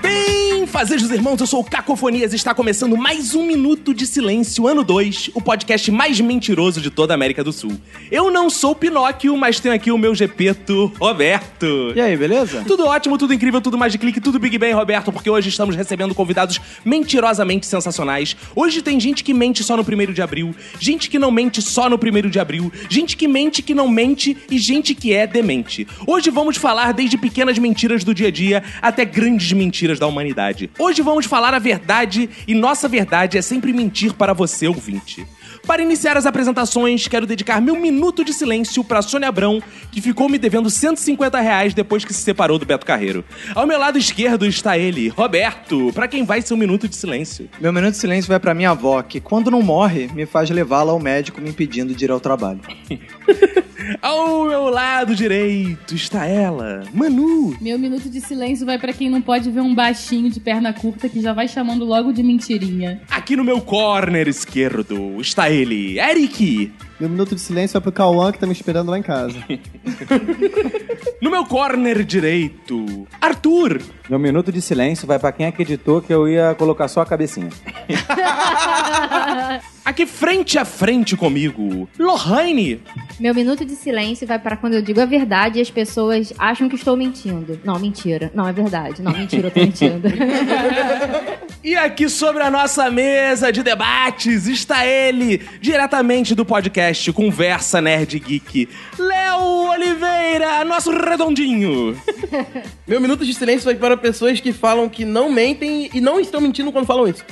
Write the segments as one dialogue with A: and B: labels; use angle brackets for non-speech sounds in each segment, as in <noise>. A: Bem, fazejos irmãos, eu sou o Cacofonias e está começando mais um Minuto de Silêncio, ano 2, o podcast mais mentiroso de toda a América do Sul. Eu não sou Pinóquio, mas tenho aqui o meu Gepeto, Roberto.
B: E aí, beleza?
A: Tudo ótimo, tudo incrível, tudo mais de clique, tudo Big Bang, Roberto, porque hoje estamos recebendo convidados mentirosamente sensacionais. Hoje tem gente que mente só no primeiro de abril, gente que não mente só no primeiro de abril, gente que mente que não mente e gente que é demente. Hoje vamos falar desde pequenas mentiras do dia a dia até grandes mentiras da humanidade. Hoje vamos falar a verdade e nossa verdade é sempre mentir para você, ouvinte. Para iniciar as apresentações, quero dedicar meu minuto de silêncio para Sônia Abrão, que ficou me devendo 150 reais depois que se separou do Beto Carreiro. Ao meu lado esquerdo está ele, Roberto, para quem vai ser um minuto de silêncio.
B: Meu minuto de silêncio vai pra minha avó, que quando não morre, me faz levá-la ao médico me impedindo de ir ao trabalho.
A: Ao meu lado direito está ela, Manu.
C: Meu minuto de silêncio vai pra quem não pode ver um baixinho de perna curta que já vai chamando logo de mentirinha.
A: Aqui no meu corner esquerdo está ele, Eric.
D: Meu minuto de silêncio é pro Cauã que tá me esperando lá em casa.
A: No meu corner direito, Arthur.
E: Meu minuto de silêncio vai pra quem acreditou que eu ia colocar só a cabecinha.
A: Aqui frente a frente comigo, Lohane.
F: Meu minuto de silêncio vai para quando eu digo a verdade e as pessoas acham que estou mentindo. Não, mentira. Não, é verdade. Não, mentira, eu tô
G: <laughs>
F: mentindo.
A: E aqui sobre a nossa mesa de debates está ele, diretamente do podcast Conversa Nerd Geek, Léo Oliveira, nosso redondinho.
G: Meu minuto de silêncio vai para pessoas que falam que não mentem e não estão mentindo quando falam isso.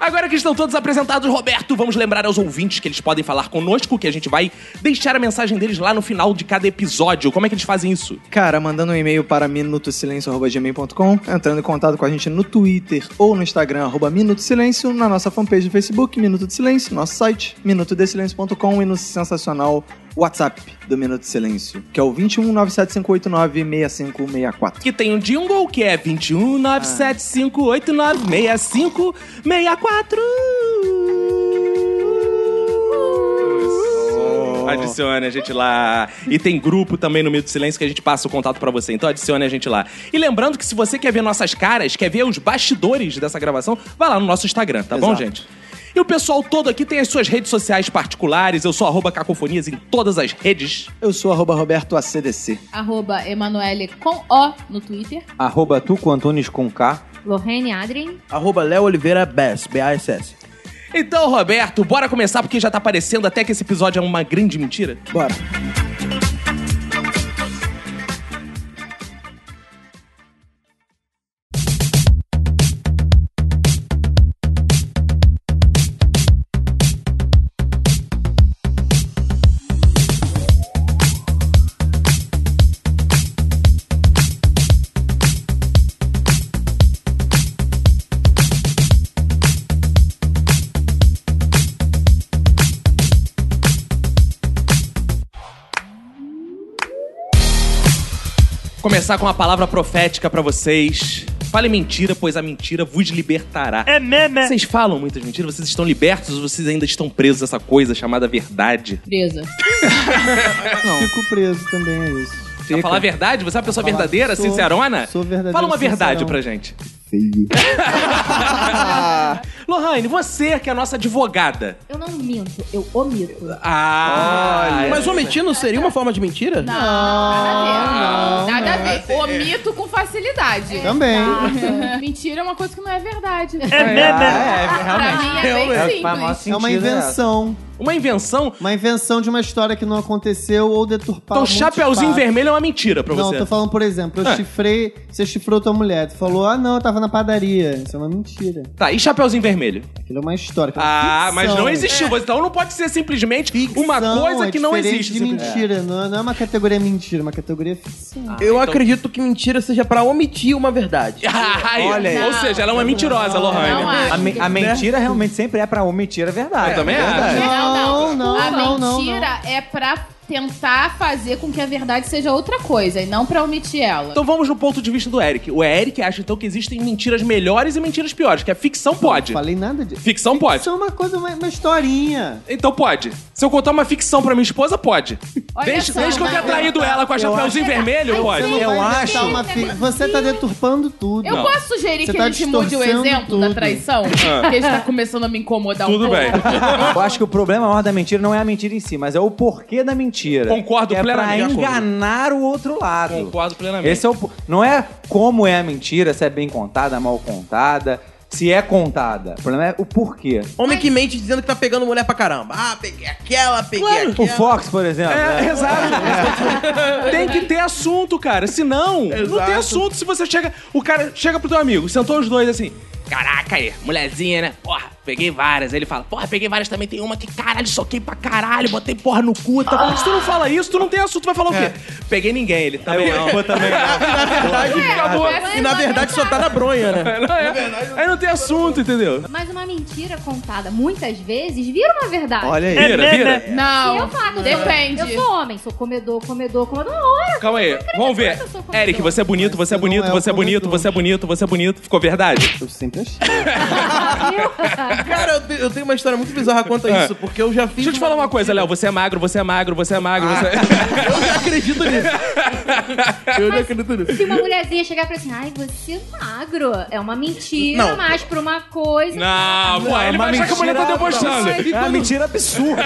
A: Agora que estão todos apresentados, Roberto, vamos lembrar aos ouvintes que eles podem falar conosco, que a gente vai deixar a mensagem deles lá no final de cada episódio. Como é que eles fazem isso?
B: Cara, mandando um e-mail para minutosilencio.gmail.com, entrando em contato com a gente no Twitter ou no Instagram, arroba Minuto Silêncio, na nossa fanpage do Facebook, Minuto de Silêncio, nosso site, minutodesilêncio.com e no sensacional WhatsApp do Minuto de Silêncio, que é o 21 975896564.
A: Que tem um jingle que é 21975896564. Adicione a gente lá. E tem grupo também no Minuto de Silêncio que a gente passa o contato pra você. Então adicione a gente lá. E lembrando que se você quer ver nossas caras, quer ver os bastidores dessa gravação, vai lá no nosso Instagram, tá bom,
B: Exato.
A: gente? E o pessoal todo aqui tem as suas redes sociais particulares. Eu sou arroba cacofonias em todas as redes.
B: Eu sou arroba Roberto ACDC.
C: Arroba Emanuele com O no Twitter.
E: Arroba tu com Antunes com K.
F: Lorraine Adrien,
G: Arroba Léo Oliveira Bass, B-A-S-S.
A: Então, Roberto, bora começar porque já tá parecendo até que esse episódio é uma grande mentira.
B: Bora.
A: Começar com uma palavra profética pra vocês. Fale mentira, pois a mentira vos libertará. É meme. Vocês falam muitas mentiras, vocês estão libertos, vocês ainda estão presos a essa coisa chamada verdade.
C: Presa.
D: Fico preso também, é isso.
A: Pra falar a verdade, você é uma pessoa
D: Falar,
A: verdadeira,
D: sou-
A: sincerona?
D: sou verdadeiro,
A: É. Fala uma verdade
D: sincerão.
A: pra gente. <laughs> Lohane, você que é a nossa advogada.
F: eu não minto, eu omito.
A: Ah,
G: Mas omitir não seria uma forma de mentira?
C: Não,
G: Ah,
D: Ah,
C: nada a ver. Nada a ver. Omito com facilidade.
D: Também.
C: <laughs> Mentira é uma coisa que não é verdade.
E: É, é, é,
C: pra mim é bem
E: é,
C: simples.
E: o maior
D: É uma
E: sentido, né?
D: invenção.
A: Uma invenção.
D: Uma invenção de uma história que não aconteceu ou deturpada.
A: Então, Chapeuzinho Vermelho é uma mentira pra
D: Não,
A: você.
D: tô falando, por exemplo, eu
A: É.
D: chifrei, você chifrou tua mulher. Tu falou, ah, não, eu tava na padaria. Isso é uma mentira.
A: Tá, e Chapeuzinho Vermelho?
D: Aquilo é uma história. aquilo é uma
A: Ah,
D: ficção.
A: mas não existiu. Então não pode ser simplesmente uma
D: Ficção
A: coisa
D: é
A: que não
D: diferente
A: existe.
D: de
A: simplesmente.
D: mentira. Não, não é uma categoria mentira, é uma categoria ficção.
G: Eu
A: então-
G: acredito que mentira seja pra omitir uma verdade.
A: É, <laughs> Ai,
E: Olha aí.
A: Ou seja, ela é uma mentirosa, Lohane.
C: Não
D: é.
C: acho.
E: A, me- a mentira realmente sempre é pra omitir a verdade.
A: Eu também acho.
C: Não,
D: Não, não,
C: A
D: não, não,
C: mentira é pra tentar fazer com que a verdade seja outra coisa e não pra omitir ela.
A: Então vamos no ponto de vista do Eric. O Eric acha então que existem mentiras melhores e mentiras piores, que a ficção pode.
D: Não falei nada disso.
A: Ficção pode.
D: Isso é uma coisa, uma, uma historinha.
A: Então pode. Se eu contar uma ficção pra minha esposa, pode.
C: Olha
A: Desde,
C: só,
A: desde que eu tenha
C: mas-
A: traído ela com a Chapeuzinho Vermelho,
D: Você
A: pode.
D: não
E: Eu
D: vai
E: acho-
D: inventar Uma fi... Você tá deturpando tudo.
C: né? Eu posso sugerir
D: Você
C: que
D: tá
C: a gente mude o
D: distorcendo
C: exemplo
D: tudo.
C: da
D: Ah.
C: traição? Porque está começando a me incomodar um
A: Tudo
D: Então,
C: pouco.
A: bem.
E: Eu acho que o problema maior da mentira não é a mentira em si, mas é o porquê da mentira.
A: Concordo
E: Que é
A: plenamente.
E: Pra enganar o outro lado.
A: Concordo plenamente.
E: Esse é o. po- Não é como é a mentira, se é bem contada, mal contada, se é contada. O problema é o porquê.
G: Homem que mente dizendo que tá pegando mulher pra caramba. Ah, peguei aquela, peguei
E: O
G: aquela.
E: Fox, por exemplo.
A: É,
E: né?
A: exato. Tem que ter assunto, cara. Senão, não tem
G: Exato.
A: assunto. Se você chega. O cara chega pro teu amigo, sentou os dois assim. Caraca aí, mulherzinha, né? Porra, peguei várias. Aí ele fala, porra, peguei várias também. Tem uma que, caralho, soquei pra caralho, botei porra no cu. Tá? Se tu não fala isso, tu não tem assunto, vai falar o quê? Peguei ninguém, ele tá bem. não. Acabou.
G: E na verdade só tá na bronha, né?
A: <laughs> Não é. Aí não tem assunto, entendeu?
F: Mas uma mentira contada muitas vezes vira uma verdade.
B: Olha
E: É,
B: aí.
A: Vira, vira.
F: Se
C: Não.
F: eu falar que eu sou-
C: Depende.
F: Eu sou homem, sou comedor, comedor, comedor. Uma hora.
A: Calma aí, vamos ver.
F: que eu sou comedor.
A: Eric, você é bonito, você é
D: Mas você
A: bonito,
D: não é
A: você é
D: o
A: bonito,
D: comedor.
A: você é bonito, você é bonito. Ficou verdade?
D: Eu sempre achei.
G: <laughs> Cara, eu, te- eu tenho uma história muito bizarra quanto a isso, porque eu já fiz.
A: É. Deixa eu te falar uma coisa, Léo. Você é magro, você é magro, você é magro, <laughs> você.
G: Eu já acredito nisso. Eu já acredito nisso.
F: Se uma mulherzinha chegar pra assim, ai, você é magro. É uma mentira,
G: Não.
F: mas pra uma coisa.
A: Não, Ah, pô, ele
E: uma
A: vai achar que a mulher tá
E: mentira-
A: debochando.
E: É uma mentira absurda.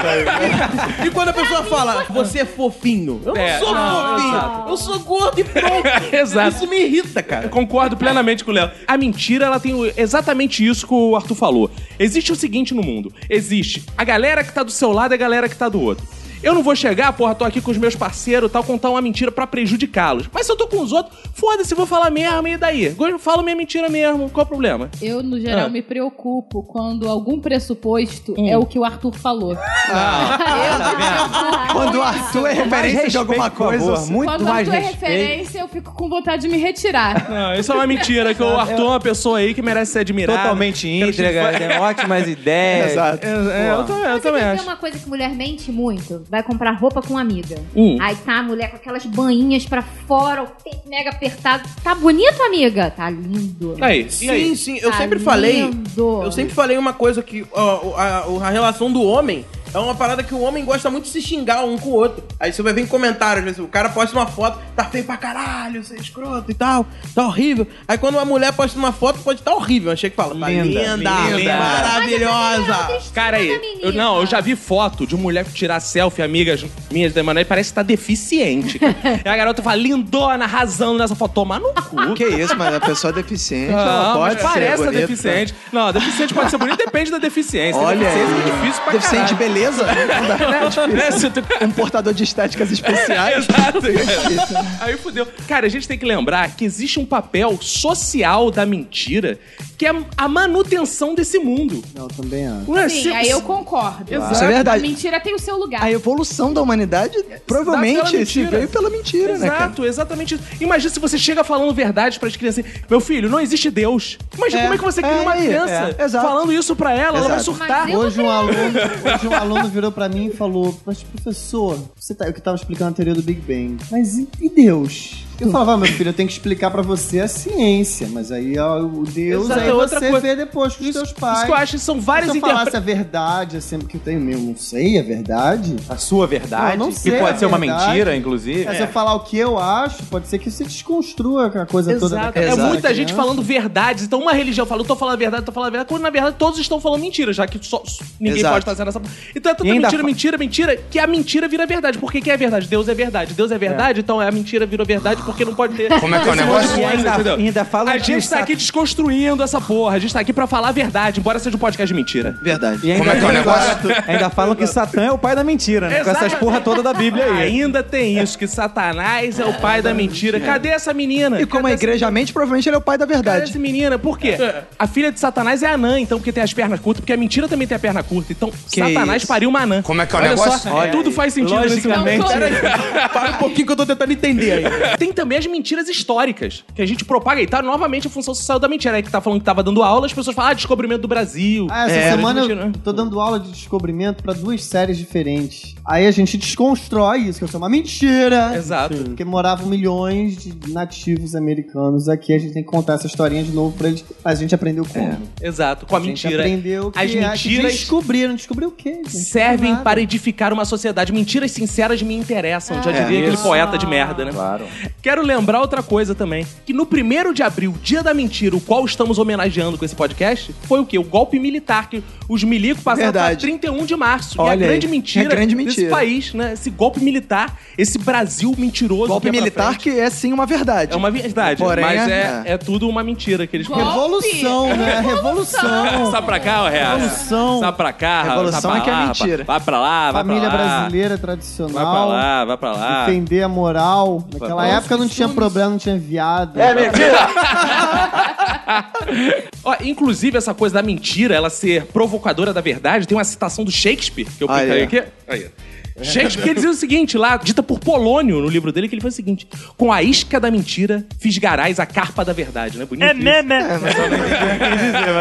G: E quando a pessoa fala, você é fofinho. Eu
A: É,
G: não sou
A: não,
G: fofinho.
B: Ah.
A: exato.
G: Eu sou gordo
B: <laughs>
G: e pronto.
A: Exato.
G: Isso me irrita, cara.
A: Concordo plenamente com o Léo. A mentira, ela tem o- exatamente isso que o Arthur falou. Existe o seguinte no mundo: existe a galera que tá do seu lado e a galera que tá do outro. Eu não vou chegar, porra, tô aqui com os meus parceiros e tal, contar uma mentira pra prejudicá-los. Mas se eu tô com os outros, foda-se, vou falar mesmo, e daí? Go- Falo minha mentira mesmo, qual o problema?
C: Eu, no geral,
A: Ah.
C: me preocupo quando algum pressuposto é o que o Arthur falou.
F: Ah,
B: Quando o Arthur é referência de alguma coisa.
E: Por
B: eu
E: favor,
B: sei.
E: muito
C: Quando o
E: mais
C: Arthur é
E: respeito.
C: referência, eu fico com vontade de
A: <laughs>
C: me retirar.
A: Não, isso é uma mentira, que o Arthur é uma pessoa aí que merece ser admirada.
E: Totalmente
A: Quero te
E: íntegra,
A: <laughs>
E: tem ótimas ideias.
B: Exato.
A: É, é, eu também, eu
F: Você
A: também
F: quer ver
A: acho.
F: uma coisa que mulher mente muito? Vai comprar roupa com uma amiga.
A: Hum.
F: Aí tá a mulher com aquelas banhinhas pra fora, o peito mega apertado. Tá bonito, amiga? Tá lindo.
A: Aí, e aí?
G: Sim, sim. Eu
F: Tá
G: sempre falei.
F: lindo.
G: Eu sempre falei uma coisa que ó, o- a, o- a relação do homem é uma parada que o homem gosta muito de se xingar um com o outro. Aí você vai ver em comentários, às vezes, o cara posta uma foto, tá feio pra caralho, você é escroto e tal, tá horrível. Aí quando uma mulher posta uma foto, pode estar horrível. Achei que fala, tá
E: Linda,
G: linda,
E: linda.
G: <laughs> maravilhosa.
A: Cara, aí, eu, não, eu já vi foto de mulher tirar selfie, amigas minhas da Emanuel, e parece que tá deficiente. cara.
B: <laughs>
A: e a garota fala, lindona, arrasando nessa foto. Toma no cu.
B: Que isso, mas a pessoa é deficiente, ela
A: Não, mas
B: pode ser
A: parece tá
B: bonita.
A: deficiente. Não, deficiente pode ser bonita, depende da deficiência.
B: Olha aí.
A: deficiência é difícil pra
B: Deficiente de beleza? Não é dá.
A: <laughs> caralho. <laughs> Né, se tu-
B: Um portador de estéticas especiais.
A: Exato. é né? Aí fudeu. Cara, a gente tem que lembrar que existe um papel social da mentira que é a manutenção desse mundo.
D: Não, também acho.
A: <laughs> Não é
C: Sim,
A: simples-
C: aí eu concordo.
A: Exato.
B: Isso é
C: A
B: verdade.
C: mentira tem o seu lugar.
B: A evolução da humanidade
A: pela
B: provavelmente se
A: mentira.
B: veio pela mentira, né, cara?
A: Exato, exatamente isso. Imagina se você chega falando verdade pras crianças assim, meu filho, não existe Deus. Imagina
B: É,
A: como é que você cria
B: é,
A: uma
B: aí,
A: criança
B: é, exato.
A: falando isso pra ela, ela vai
B: Exato.
A: surtar.
F: Mas eu-
D: Hoje um, aluno, hoje um aluno virou pra mim e falou: Mas, professor, você tá, eu que tava explicando a teoria do Big Bang. Mas e, e Deus? Eu falava, "Ah, meu filho, eu tenho que explicar pra você a ciência. Mas aí ó, o Deus,
A: Exato,
D: aí
A: é outra
D: você
A: coisa.
D: vê depois com os
A: Isso,
D: teus
A: isso
D: pais.
A: que eu acho, são várias
D: se eu falasse
A: interpretações.
H: é
D: a verdade, assim, porque eu tenho meu, não sei a verdade.
E: A sua verdade,
D: Não, não sei
E: que pode
D: a
E: ser uma
D: verdade.
E: mentira, inclusive.
D: É, Se eu falar o que eu acho, pode ser que você desconstrua a coisa toda. da
A: Exato. É
D: cabeça da
A: muita gente
B: né?
D: criança.
A: falando verdades. Então, uma religião fala, eu tô falando a verdade, eu tô falando a verdade, quando na verdade todos estão falando mentira, já que só ninguém
B: Exato.
A: pode estar sendo essa. Então é tanta
E: E ainda
A: mentira,
E: fa-
A: mentira, mentira, que a mentira vira verdade. Porque que é verdade? Deus é verdade. Deus é verdade, então é a mentira virou verdade, porque não pode ter.
I: <laughs> Como é que é o
A: esse
I: negócio?
A: monte de coisa,
E: Ainda-
A: entendeu?
E: ainda fala
A: A
E: que
A: gente
E: está-
A: tá aqui desconstruindo essa porra. A gente tá aqui pra falar a verdade, embora seja um podcast de mentira.
J: Verdade.
E: E ainda,
I: Como é que é o negócio?
E: ainda falam que Satã é o pai da mentira, né? Com essas
A: Exatamente.
E: porra toda da Bíblia aí.
A: Ainda tem isso, que Satanás é o pai da mentira. Cadê essa menina?
J: E como
A: Cadê
J: é
A: essa-
J: igrejamente, provavelmente ele é o pai da
A: Cadê essa
J: verdade.
A: menina? Por quê? A filha de Satanás é anã, então, porque tem as pernas curtas, porque a mentira também tem a perna curta. Então, Satanás
J: isso?
A: pariu uma anã.
I: Como é que é o
A: Olha
I: negócio?
A: Só, tudo faz sentido nesse
C: Não,
A: momento.
C: todo-
G: Para um pouquinho que eu tô tentando entender aí.
A: Tem também as mentiras históricas, que a gente propaga e tá novamente a função social da mentira. Aí que tá falando que tava dando aula, as pessoas falam, ah, descobrimento do Brasil.
H: Ah, essa
A: É,
H: semana
A: mentira,
H: eu
A: né?
H: tô dando aula de descobrimento pra duas séries diferentes. Aí a gente desconstrói isso, que eu sou uma mentira.
A: Exato.
H: Porque moravam milhões de nativos americanos aqui. A gente tem que contar essa historinha de novo pra eles. Mas a gente aprendeu como.
A: Exato, com a,
H: A gente
A: É, mentira.
H: aprendeu que,
A: As
H: é- que
A: mentiras-
H: descobriram. Descobriu o quê? gente? é
A: Servem
H: Nada.
A: para edificar uma sociedade. Mentiras sinceras me interessam. Já
J: É.
A: diria aquele poeta de merda, né?
E: Claro.
A: Quero lembrar outra coisa também. Que no 1 de abril, dia da mentira, o qual estamos homenageando com esse podcast, foi o quê? O golpe militar que os milicos passaram pra
J: Verdade.
A: 31 de março.
J: Olha
A: e a
J: aí.
A: grande mentira
J: É a grande
A: desse
J: mentira.
A: país, né? Esse golpe militar, esse Brasil mentiroso. que
J: Golpe
A: é pra
J: militar
A: frente.
J: que é sim uma verdade.
A: É uma verdade,
J: Porém,
A: mas é,
J: é-
A: é tudo uma mentira que eles
C: Golpe.
H: Revolução, né? Revolução.
A: Sai pra cá, ô real.
H: Revolução.
A: Sai pra cá,
J: Revolução
A: sai pra
J: é que é
A: lá,
J: mentira.
A: Vai pra lá, vai
H: Família
A: pra lá.
H: brasileira
A: Ah, Vai pra
H: tradicional.
A: lá, vai pra lá.
H: Defender a moral. Naquela
A: pra lá.
H: época não tinha problema, não tinha viado.
A: <laughs>
G: É, né?
A: Ó, inclusive, essa coisa da mentira, ela ser provocadora da verdade, tem uma citação do Shakespeare, que eu
J: Olha aí.
A: picarei aqui. Aí. ó. Shakespeare quer dizer o seguinte, lá, dita por Polônio no livro dele, que ele faz o seguinte: com a isca da mentira, fisgarás a carpa da verdade, né? Bonito. É meme.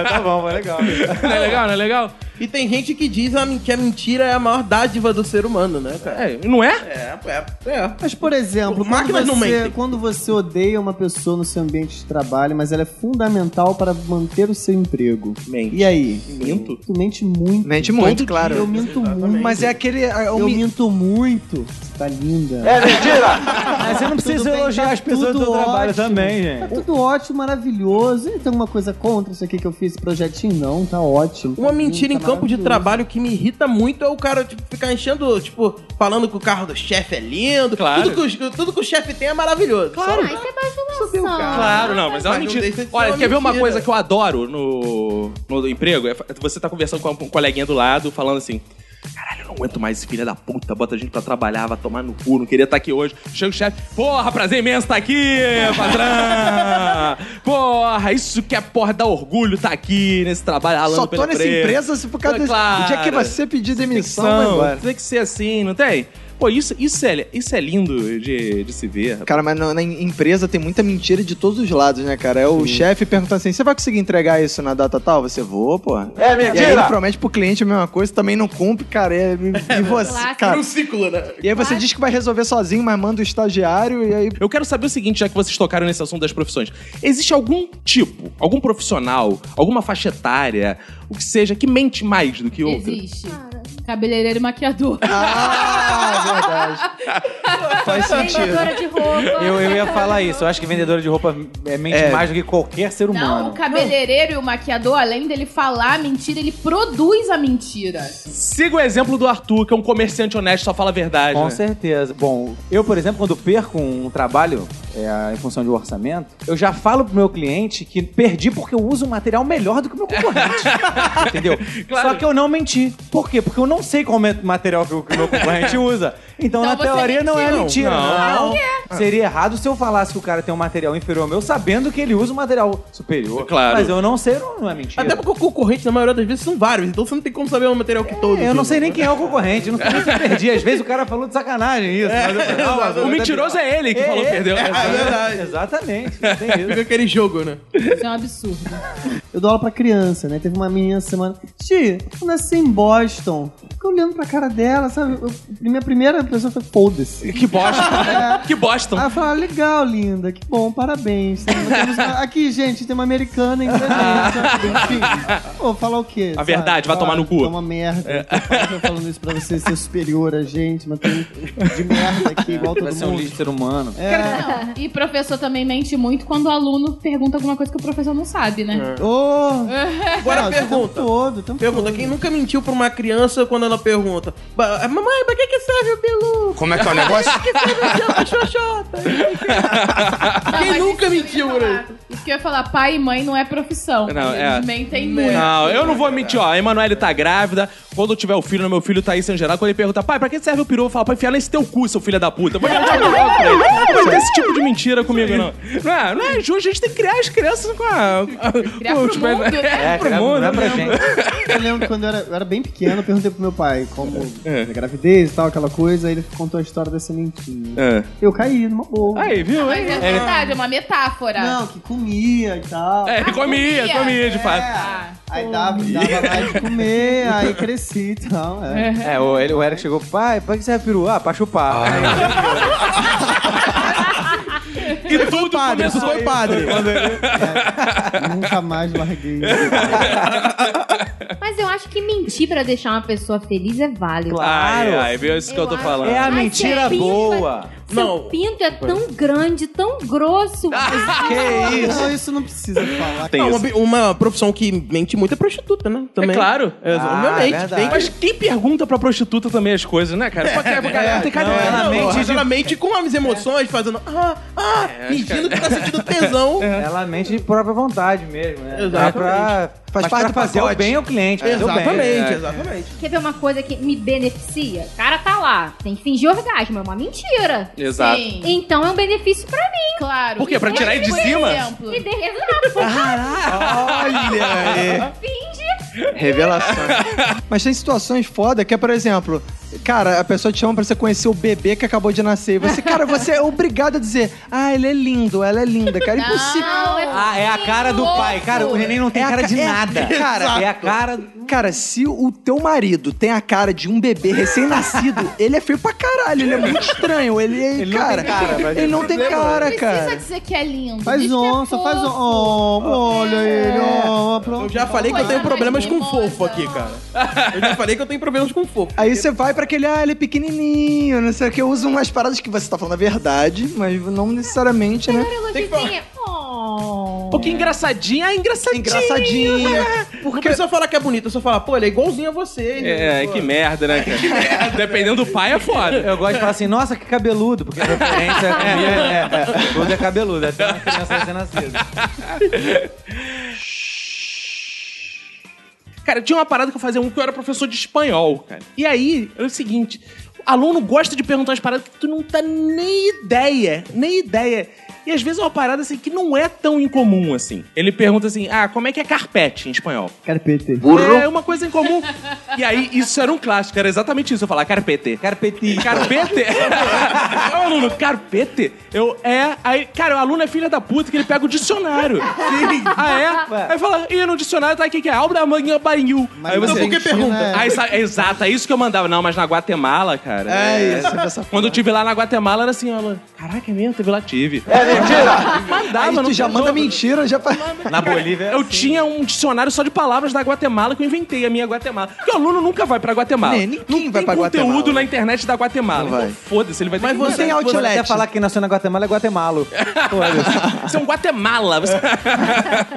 E: tá bom, vai legal.
A: Não é legal, não é legal?
G: E tem gente que diz a men- que a mentira é a maior dádiva do ser humano, né, cara?
A: É, não é?
G: É, é, é.
H: Mas, por exemplo,
G: Por- máquinas
H: quando
G: não
H: você,
G: mentem.
H: quando você odeia uma pessoa no seu ambiente de trabalho, mas ela é fundamental para manter o seu emprego.
A: Mente.
H: E aí?
A: Minto?
H: Tu mente muito.
J: Mente muito, claro.
H: Eu minto muito.
J: Mas é aquele. é
H: Eu
J: o mi-
H: minto muito. Você tá linda. É mentira! <laughs>
E: Mas você não precisa
H: Tudo bem,
E: elogiar
H: tá
E: as pessoas do
H: tudo
E: trabalho
H: ótimo.
E: também,
H: Tá
E: gente.
H: tudo ótimo, maravilhoso. E tem alguma coisa contra isso aqui que eu fiz, esse projetinho? Não, tá ótimo.
G: Uma
H: Tá
G: mentira em
H: lindo, tá
G: campo de
H: maravilhoso.
G: trabalho que me irrita muito é o cara tipo, ficar enchendo, tipo, falando que o carro do chefe é lindo.
A: Claro.
G: Tudo que, o- tudo que o chefe tem é maravilhoso. Claro.
F: Ah, isso é imaginação.
A: Claro, não, mas é uma
G: Mas não
A: mentira.
G: deixa de ser
A: Olha,
G: uma
A: quer ver uma
G: mentira.
A: coisa que eu adoro no, no emprego? É fa- você tá conversando com um coleguinha do lado, falando assim. Caralho, eu não aguento mais esse filho da puta, bota a gente pra trabalhar, vai tomar no cu, não queria estar aqui hoje. Chega o chefe, porra, prazer imenso tá aqui, patrão! <laughs> Porra, isso que é porra, dá orgulho tá aqui nesse trabalho, ralando
J: Só
A: pela
J: tô nessa empresa se por causa
A: É
J: desse.
A: claro.
J: O dia que você pedir demissão, vai
A: Missão,
J: embora.
A: tem que ser assim, não tem? Pô, isso, isso, é, isso é lindo de, de se ver. rapaz.
J: Cara, mas na, na empresa tem muita mentira de todos os lados, né, cara? É o chefe perguntando assim: você vai conseguir entregar isso na data tal? Você voa, pô. É mentira! E aí ele promete pro cliente a mesma coisa, também não cumpre, cara. é- E, e você,
F: Clássico.
G: É
J: cara.
G: um ciclo, né?
J: E aí você diz que vai resolver sozinho, mas manda o estagiário e aí.
A: Eu quero saber o seguinte, já que vocês tocaram nesse assunto das profissões. Existe algum tipo, algum profissional, alguma faixa etária, o que seja, que mente mais do que outro?
C: Existe. Cabeleireiro e maquiador.
J: Ah, verdade. Faz sentido.
F: Vendedora de roupa.
E: Eu, eu ia falar isso. Eu acho que vendedora de roupa é mente
J: É.
E: mais do que qualquer ser humano.
C: Não, o cabeleireiro e o maquiador, além dele falar a mentira, ele produz a mentira.
A: Siga o exemplo do Arthur, que é um comerciante honesto, só fala a verdade.
E: Com
A: né?
E: certeza. Bom, eu, por exemplo, quando perco um trabalho é, em função de um orçamento, eu já falo pro meu cliente que perdi porque eu uso um material melhor do que o
A: <laughs>
E: meu concorrente. Entendeu?
A: Claro.
E: Só que eu não menti. Por quê? Porque eu não sei qual me- material que o que o
A: <laughs>
E: meu concorrente usa. Então, na
C: Então você
E: teoria, não é
C: mentiu. é.
E: mentira.
A: Não.
E: Não. Seria errado se eu falasse que o cara tem um material inferior ao meu, sabendo que ele usa um material superior.
A: Claro.
E: Mas eu não sei, não, não é mentira.
G: Até porque o concorrente, na maioria das vezes, são vários. Então você não tem como saber o material que todos.
E: É, eu não
G: usam.
E: sei nem quem é o concorrente, eu não sei nem se eu perdi. Às vezes o cara falou de sacanagem isso. mas eu falei, não, mas eu
A: É, O
E: até-
A: mentiroso é ele que falou que perdeu.
E: <laughs> verdade. Exatamente, tem isso.
G: Ah, é Fica aquele jogo, né?
C: Isso é um absurdo.
H: Eu dou aula pra criança, né? Teve uma menina essa semana. Ti, eu nasci em Boston. Fica olhando pra cara dela, sabe? Eu- minha primeira pessoa foi foda-se.
J: <laughs>
A: Que
E: <laughs>
A: bosta. que bosta.
H: Aí eu falava, legal, linda, que bom, parabéns. Temos uma- Aqui, gente, tem
J: <laughs>
H: uma americana em Enfim, pô, falar o quê?
A: A verdade, vai
H: Falar,
A: tomar no cu.
H: É uma merda. Eu tô falando isso pra você ser superior a gente, mas tem de merda aqui, igual todo
E: Vai ser um
H: mundo.
E: lixo de ser humano.
C: Não, E professor também mente muito quando o aluno pergunta alguma coisa que o professor não sabe, né?
H: Ô!
G: Agora
H: Não, o tempo
G: pergunta.
H: todo, o tempo
G: Pergunta,
H: todo.
G: quem nunca mentiu pra uma criança quando ela pergunta: "Ba- eh, Mamãe, pra que, que serve o bilu?
K: Como é que é o negócio?
G: <laughs> Pra que serve o seu xoxota? Quem
C: Ah, mas
G: nunca
C: isso que eu
G: mentiu,
C: ia falar.
G: Renato?
C: Isso que eu ia falar, pai e mãe não é profissão.
A: Não, é.
C: Eles mentem muito.
A: Não, eu não vou mentir, ó. A Emanuele tá grávida. Quando eu tiver o filho, meu filho tá aí sem geral. Quando ele pergunta, pai, pra que serve o peru? Eu falo, pra enfiar nesse teu cu, seu filho da puta. Eu Vou perguntar logo pra ele. Não tem esse tipo de mentira comigo, não. Não é, não é justo. A gente tem que criar as crianças com a.
C: Criar pro mundo, né?
E: É, cara, não é pra gente.
D: Eu lembro quando eu era, eu era bem pequeno, eu perguntei pro meu pai como
B: É.
D: a gravidez e tal, aquela coisa, aí ele contou a história da sementinha.
A: É.
D: Eu caí numa boa.
A: Aí, viu?
C: Mas é verdade, é uma metáfora.
D: Não, que comia e tal.
A: É,
C: Ah,
A: comia,
C: comia.
A: comia, de fato.
C: Ah.
D: Aí dava, dava mais de comer,
G: <laughs>
D: aí cresci e tal. É.
E: <laughs> É, o, ele, o Eric chegou, pai, pra que serve peru? Ah, pra chupar.
A: E tudo
E: né?
A: começou aí.
D: padre.
G: É.
D: Nunca mais
G: <laughs>
D: larguei.
F: Mas eu acho que mentir pra deixar uma pessoa feliz é válido.
A: Ai, ai, viu isso que eu tô
F: acho-
A: falando.
E: É a
F: Ai,
E: mentira
F: seu pinto
E: boa.
F: é- Seu
G: Não.
F: pinto é tão grande, tão grosso.
A: Ah,
E: Que isso?
D: Não, isso não precisa falar.
A: Tem
G: Não,
A: isso.
G: uma, bi- uma profissão que mente muito é prostituta, né? Também.
A: É claro.
G: É,
E: Ah,
G: obviamente.
E: verdade.
G: Tem que...
A: Mas quem pergunta pra prostituta também as coisas, né, cara? Pra-
G: <laughs> É,
A: pra- pra- tem cada-
E: não, ela
G: Não,
E: mente de-
G: ela mente com as emoções, fazendo ah, ah,
K: É,
G: fingindo que tá sentindo tesão.
E: Ela mente de própria vontade mesmo, né?
G: Exatamente.
E: Pra, faz parte do fazer o bem ao cliente. fazer o bem.
B: É.
E: É.
G: Exatamente, exatamente.
F: Quer ver uma coisa que me beneficia? O cara tá lá, tem que fingir orgasmo, é uma mentira.
A: Exato.
C: Sim,
F: Então é um benefício pra mim.
C: claro.
A: Por quê? Pra
C: E
A: tirar ele de
C: por
A: cima?
C: exemplo,
F: E de exato,
K: Olha!
F: finge.
B: Revelação. Mas tem situações foda que é, por exemplo, cara, a pessoa te chama pra você conhecer o bebê que acabou de nascer. E você, cara, você é obrigado a dizer, ah, ele é lindo, ela é linda, cara.
D: <laughs>
C: Não,
B: Impossível.
C: é
E: Ah, é a cara do
C: louco.
E: pai. Cara, o neném não tem
B: É a
E: cara
B: ca-
E: de
B: é a-
E: nada.
B: Cara,
E: é a cara.
B: Cara, se o teu marido tem a cara de um bebê recém-nascido, ele é feio pra caralho, ele é muito estranho. Ele, é,
E: Ele não
B: cara,
E: tem cara, mas
B: ele não tem cara,
C: Não precisa
B: cara.
C: dizer que é lindo. diz
D: Faz
C: que é
D: onça, faz onça.
C: fofo.
D: Oh, olha ele, ó,
G: Eu
D: pronto.
G: já falei que eu
C: Coisa
G: tenho
C: mais
G: problemas com
C: mimosa.
G: fofo aqui, cara. Eu já falei que eu tenho problemas com fofo.
B: Aí você vai pra aquele, ah, ele é pequenininho, não sei o que. Eu uso umas paradas que você tá falando a verdade, mas não necessariamente, né?
G: Tem que falar.
F: Elogiozinho. Oh.
A: Pô, que engraçadinha. Ah, engraçadinha.
B: Engraçadinha.
G: Não precisa falar que é bonito, é só falar, pô, ele é igualzinho a você. ele-
A: É,
G: pô.
A: <laughs> que merda, né, cara? Dependendo do pai, é foda.
E: Eu gosto de falar assim, nossa, que cabeludo, porque a referência é, é, é, é, tudo é cabeludo, até uma criança recém-nascida.
A: <laughs> Cara, tinha uma parada que eu fazia um que eu era professor de espanhol, cara. E aí, era o seguinte: o aluno gosta de perguntar as paradas que tu não tá nem ideia, nem ideia. E às vezes é uma parada assim que não é tão incomum assim. Ele pergunta assim: ah, como é que é carpete em espanhol?
D: Carpete.
A: É uma coisa incomum. e aí, isso era um clássico, era exatamente isso. Eu falar carpete.
E: Carpeti.
A: <laughs> Carpete? é o aluno, carpete? Eu, é. Aí, cara, o aluno é filha da puta que ele pega o dicionário. Sim. Ah, é? Aí fala, e no dicionário tá aqui que é Albra Manhã Barinhu. Aí
D: Mas
A: você.
D: por que pergunta?
A: Aí, sa- é exato, é isso que eu mandava. Não, mas na Guatemala, cara. É, isso. Quando eu tive lá na Guatemala, era assim, ela. Caraca, é mesmo? Teve lá, tive. É mentira! Mandava,
B: Aí
A: não
B: tu já
A: tem
B: manda
A: jogo.
B: mentira, já faz.
E: Na Bolívia. é
A: Eu
E: assim.
A: tinha um dicionário só de palavras da Guatemala que eu inventei a minha Guatemala. Porque o aluno nunca vai pra Guatemala.
B: Nem- ninguém
A: não tem
B: vai pra
A: conteúdo
B: Guatemala.
A: na internet da Guatemala.
B: Não vai.
A: Então, Foda-se, ele vai ter
G: Mas
A: que
G: você- é
B: Não tem
G: Você
E: Você
B: outlet.
E: até falar que quem nasceu na Guatemala é Guatemala.
A: Você é um Guatemala. Você... <laughs>
G: Tem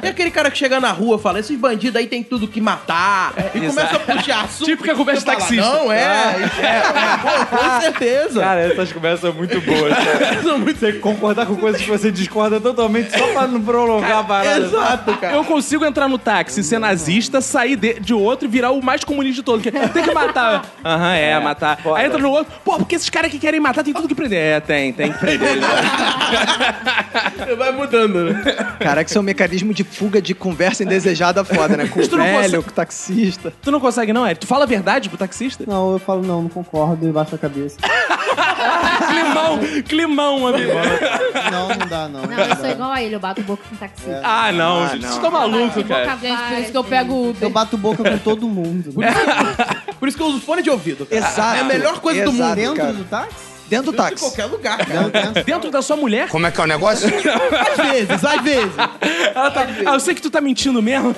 G: É aquele cara que chega na rua e fala, esses bandidos aí tem tudo que matar.
B: É,
G: e começa a puxar assunto.
A: Típica conversa
G: Você fala,
A: taxista.
G: Não, é.
B: Ah.
G: é, é, pô, com certeza.
E: essas conversas são muito boas. né? <laughs> São muito... Você concordar com coisas que você discorda totalmente só pra não prolongar a parada.
G: Exato, cara.
A: Eu consigo entrar no táxi, ser nazista, sair de, de outro e virar o mais comunista de todo. Que é, tem que matar. Aham, é, matar.
E: foda.
A: Aí entra no outro. Pô, porque esses caras que querem matar tem tudo que prender. É, tem, tem que prender. eles.
G: Vai mudando, né?
B: Caraca, isso é um mecanismo de fuga de conversa indesejada foda, né? Com o
A: Isso tu não
B: velho,
A: consegue-
B: com o taxista.
A: tu não consegue, não, é? Tu fala a verdade pro taxista?
D: Não, eu falo não, não concordo e baixo
B: <laughs>
D: a cabeça.
A: Climão, climão, amigo.
D: Não, não dá, não.
F: Não, eu sou igual a ele, eu bato boca com taxista.
A: Ah, não, gente. Você tá maluco, cara.
C: Gente, por isso que eu pego o Uber.
D: Eu bato boca com todo mundo.
G: Por isso que eu uso fone de ouvido. cara.
B: né? Exato.
G: É a melhor coisa do
B: Exato,
G: mundo.
D: Dentro
B: cara.
D: do táxi?
B: Dentro do
G: Em
B: táxi.
G: qualquer lugar,
D: Não,
G: cara.
D: dentro.
A: Dentro da sua mulher?
K: Como é que é o negócio?
G: Às vezes, às vezes.
A: Ela tá. Ah, eu sei que tu tá mentindo mesmo.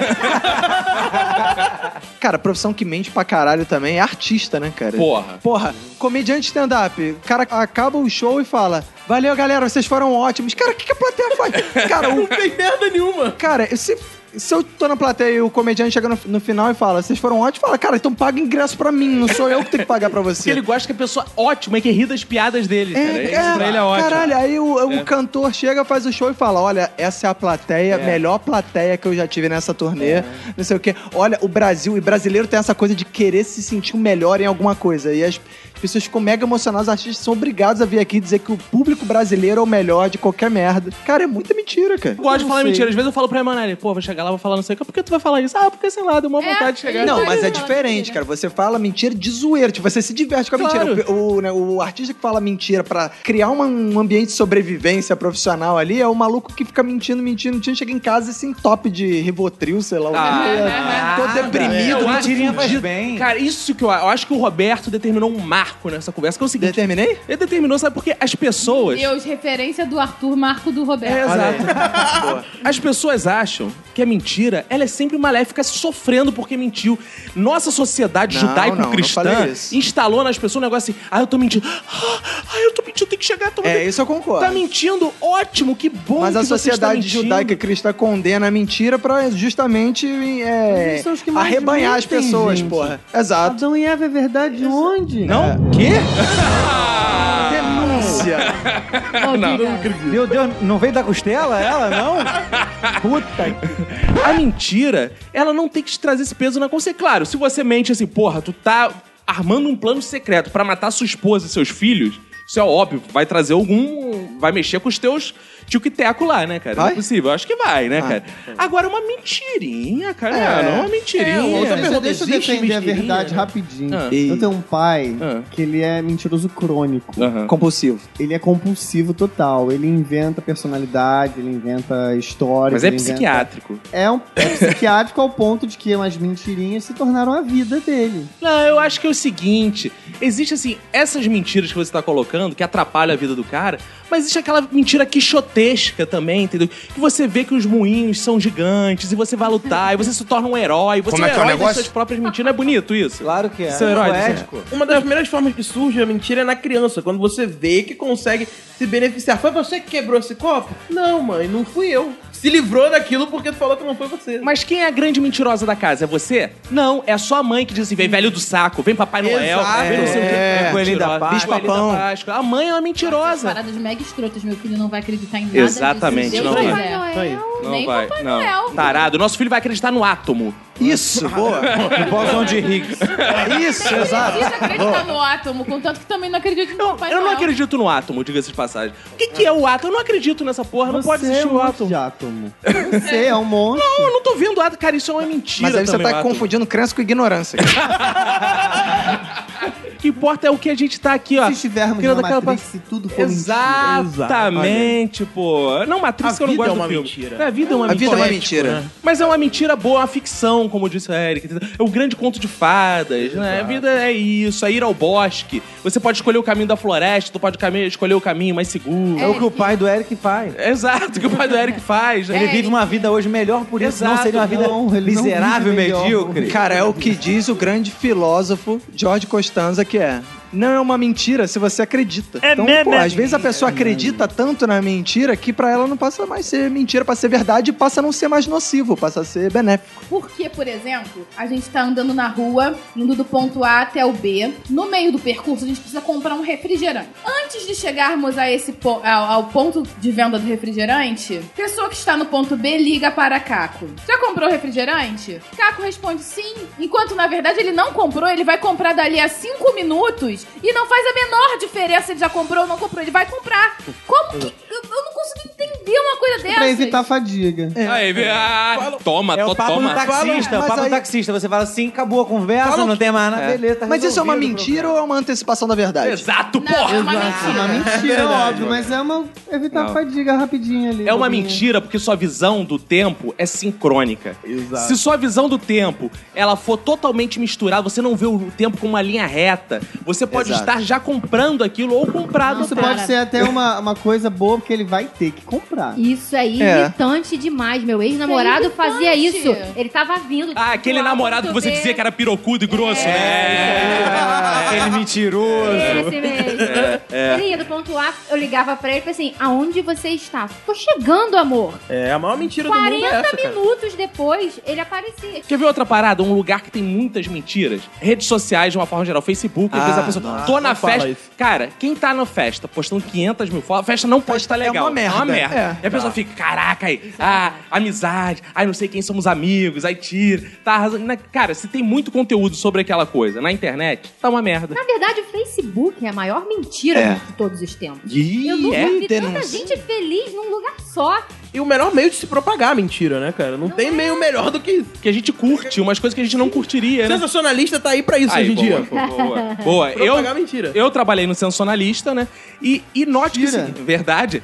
B: Cara, profissão que mente pra caralho também é artista, né, cara?
A: Porra.
B: Porra, comediante stand-up. O cara acaba
H: um
B: o show e fala: Valeu, galera, vocês foram ótimos. Cara, o que, que a plateia faz? Cara, o.
G: Não tem merda nenhuma.
B: Cara, esse.
H: se eu tô na plateia e o comediante chega no, no final e fala, vocês foram ótimos, fala, cara, então paga ingresso pra mim, não sou eu que tenho que pagar pra
A: Porque
H: você.
A: ele gosta que a pessoa ótima e que ri das piadas dele, cara. Isso pra ele é ótimo. É.
H: Caralho, aí o, o cantor chega, faz o show e fala: Olha, essa é a plateia, melhor plateia que eu já tive nessa turnê.
A: É.
H: Não sei o quê. Olha, o Brasil, e brasileiro tem essa coisa de querer se sentir o melhor em alguma coisa. E as pessoas ficam mega emocionadas, os artistas são obrigados a vir aqui dizer que o público brasileiro é o melhor de qualquer merda. Cara, é muita mentira, cara.
A: Eu gosto de falar mentira. Às vezes eu falo pra Emanelli, pô, vou chegar lá, vou falar não sei o que. Por que tu vai falar isso? Ah, porque sei lá, deu uma
C: É,
A: vontade de chegar.
C: ele
H: Não,
C: Pode
H: mas é
C: falar
H: diferente,
C: mentira.
H: cara. Você fala mentira de zoeira. Tipo, você se diverte com a
A: Claro.
H: mentira. O, o, né, o artista que fala mentira pra criar uma- um ambiente de sobrevivência profissional ali é o maluco que fica mentindo, mentindo, mentindo. Chega em casa e se entope de Rivotril, sei lá.
C: <laughs>
H: o
A: Ah, é,
H: quê. Tô deprimido,
A: eu
H: não
A: acho
H: tive
A: fudido. Cara, isso que eu, eu acho que o Roberto determinou um marco nessa conversa, que é o seguinte.
H: Determinei?
A: Ele determinou, sabe por quê? As pessoas.
C: Deus, referência do Arthur Marco do
A: É,
C: Roberto.
A: exato. As pessoas acham que a mentira, ela é sempre maléfica, sofrendo porque mentiu. Nossa sociedade
H: Não, não, não
A: judaico-cristã
H: falei isso.
A: instalou nas pessoas um negócio assim, ah, eu tô mentindo, <gasps> ah, eu tô mentindo, tem que chegar, tô
H: É, isso eu
A: Tá
H: concordo.
A: mentindo? Ótimo, que bom
H: Mas
A: que você
H: a
A: está
H: sociedade
A: mentindo.
H: judaica cristã condena a mentira pra justamente é,
F: Eles são os que mais
H: arrebanhar as
F: mentem,
H: pessoas,
F: gente.
H: porra. Exato.
F: Adão e Eva é verdade de onde?
A: Não? Quê? <laughs>
H: Denúncia.
C: Ô, Guga,
E: Meu Deus, não veio da costela ela, não? Puta que...
A: A mentira, ela não tem que te trazer esse peso na consciência. Claro, se você mente assim, porra, tu tá armando um plano secreto pra matar sua esposa e seus filhos, isso é óbvio, vai trazer algum. Vai mexer com os teus tiquiteco lá, né, cara? Não é
H: Vai?
A: possível, eu acho que vai, né, cara? Agora, uma mentirinha, cara.
H: É.
A: Não, uma mentirinha.
F: outra pergunta, deixa eu
A: Existe
F: defender a
A: mentirinha,
F: verdade
A: né?
F: rapidinho.
A: Ah.
F: Eu tenho um pai
A: Ah.
F: que ele é mentiroso crônico.
A: Aham.
H: Compulsivo.
F: Ele é compulsivo total. Ele inventa personalidade, ele inventa história.
A: Mas é
E: tá?
F: ele inventa-
A: psiquiátrico.
F: É, um, é psiquiátrico ao ponto de que umas mentirinhas se tornaram a vida dele.
A: Não, eu acho que é o seguinte: existe assim, essas mentiras que você tá colocando, que atrapalham a vida do cara, mas existe aquela mentira quixotesca também, entendeu? Que você vê que os moinhos são gigantes e você vai lutar, e você se torna um herói, você
L: Como
A: é
L: é que é o
A: herói das
L: negócio?
A: suas próprias mentiras. Não é bonito isso?
E: Claro que é.
A: Seu herói,
E: Não é
A: você é.
E: ético.
G: Uma das primeiras formas que surge a mentira é na criança, quando você vê que consegue se beneficiar. Foi você que quebrou esse copo? Não, mãe, não fui eu. Se livrou daquilo porque tu falou que não foi você.
A: Mas quem é a grande mentirosa da casa? É você? Não, é a sua mãe que diz assim: vem velho do saco, vem Papai Noel,
G: Exato.
A: vem não sei o que.
H: É,
E: Coelhinho da Páscoa.
A: Bicho-papão. A mãe é uma mentirosa.
C: Paradas mega escrotas, meu filho não vai acreditar em nada.
A: Exatamente,
C: disso.
A: não
C: Deus
A: vai.
C: quiser.
A: Não
C: Nem
A: vai,
C: Papai
A: não.
C: Noel.
A: Tarado, nosso filho vai acreditar no átomo.
H: Isso, boa.
E: Bosão de Higgs.
H: Isso,
C: Não
H: exato.
C: precisa acreditar no átomo, contanto que também não acredito em
A: Eu,
C: Papai
A: eu não
C: Noel.
A: acredito no átomo, diga-se de passagem. O que, que é o átomo? Eu não acredito nessa porra, não pode
F: Você
A: existir
F: é um
A: o
F: monte
A: átomo.
F: de átomo. Você é um monte.
A: Não, eu não tô vendo o átomo. Cara, isso é uma mentira.
H: Mas aí você
A: também, o
H: tá
A: átomo.
H: confundindo crença com ignorância. cara.
A: <laughs> O que importa é o que a gente tá aqui, ó.
F: Se estivermos
A: Criando
F: na
A: aquela
F: Matrix, se tudo for
A: Exatamente, pô. Não,
G: A
A: Matrix que eu não
G: vida
A: gosto
G: é uma
A: do filme.
G: mentira.
A: A vida é uma
H: A vida é
A: mentira.
H: uma mentira.
A: Mas é uma mentira boa, uma ficção, como disse o Eric. entendeu? É um grande conto de fadas, né? A vida é isso, é ir ao bosque. Você pode escolher o caminho da floresta, tu pode cami- escolher o caminho mais seguro.
E: É o que o pai do Eric faz.
A: Exato, que o pai do Eric
C: É,
A: faz. né?
E: Ele vive uma vida hoje melhor por isso.
A: Exato,
E: não seria uma vida
F: não, ele não
E: miserável,
F: vive melhor.
E: medíocre.
H: Cara, é o que diz o grande filósofo George Costanza, que é. Não é uma mentira se você acredita. É então, pô, às vezes a pessoa acredita tanto na mentira que pra ela não passa mais ser mentira, passa a ser verdade e passa a não ser mais nocivo, passa a ser benéfico.
C: Porque, por exemplo, a gente tá andando na rua, indo do ponto A até o B. No meio do percurso, a gente precisa comprar um refrigerante. Antes de chegarmos a esse po- ao, ao ponto de venda do refrigerante, pessoa que está no ponto B liga para Caco. Já comprou o refrigerante? Caco responde sim. Enquanto, na verdade, ele não comprou, ele vai comprar dali a cinco minutos e não faz a menor diferença se ele já comprou ou não comprou. Ele vai comprar. Como que... Eu, eu não consigo entender uma coisa dessas.
F: Pra evitar a fadiga.
A: Aí, vê, ah, toma,
E: É
A: to-
E: o papo
A: toma.
E: do taxista,
H: Fala-
E: o papo
H: mas
E: do
H: aí-
E: taxista. Você fala assim, acabou a conversa,
G: Fala-
E: não tem mais nada. Beleza, tá
H: Mas isso é uma
E: resolvido o
H: mentira ou é uma antecipação da verdade?
A: Exato,
C: Não,
A: porra!
C: é uma
F: É uma
C: mentira.
F: mentira, óbvio, mas é uma evitar a fadiga rapidinho ali.
A: É uma
F: bobinha.
A: mentira porque sua visão do tempo é sincrônica.
G: Exato.
A: Se sua visão do tempo ela for totalmente misturada, você não vê o tempo como uma linha reta. Você pode
H: Exato.
A: estar já comprando aquilo ou comprado.
F: Isso é
A: até.
F: pode ser até uma, uma coisa boa, porque ele vai ter que
D: procurar.
F: Isso aí,
B: É.
F: irritante demais. Meu ex-namorado
C: Isso é
F: fazia
C: irritante.
F: isso. Ele tava vindo.
A: Ah, aquele
F: do alto
A: namorado que você
F: ver-
A: dizia que era pirocudo e grosso, né?
E: É. Aquele mentiroso.
F: Esse mesmo. Ele ia do ponto A, eu ligava pra ele e falei assim: aonde você está? Tô chegando, amor.
G: É, a maior mentira do mundo é
F: 40
G: essa, cara.
F: minutos depois, ele aparecia.
A: Quer ver outra parada? Um lugar que tem muitas mentiras. Redes sociais, de uma forma geral. Facebook, às vezes a pessoa. tô na festa. Cara, quem tá na festa postando 500 mil fotos, a festa não pode estar legal.
B: uma merda.
A: É uma merda.
B: É.
A: E a pessoa fica, caraca, aí, ah, amizade, ai, não sei quem somos amigos, aí tira. Tá arrasando. Na- Cara, se tem muito conteúdo sobre aquela coisa na internet, tá uma merda.
F: Na verdade, o Facebook é a maior mentira
B: É.
F: de todos os tempos.
A: Ih,
F: Eu nunca
A: é?
F: vi tanta
B: denúncia.
F: gente feliz num lugar só.
G: E o melhor meio de se propagar a mentira, né, cara? Não, tem meio melhor do que isso.
A: Que a gente curte umas coisas que a gente não curtiria, né?
G: Sensacionalista tá aí pra isso hoje em
A: boa,
G: dia.
A: Boa, boa. boa. Eu,
G: Propagar mentira.
A: eu trabalhei no Sensacionalista, né? E, e note que...
D: Mentira.
A: se- Verdade.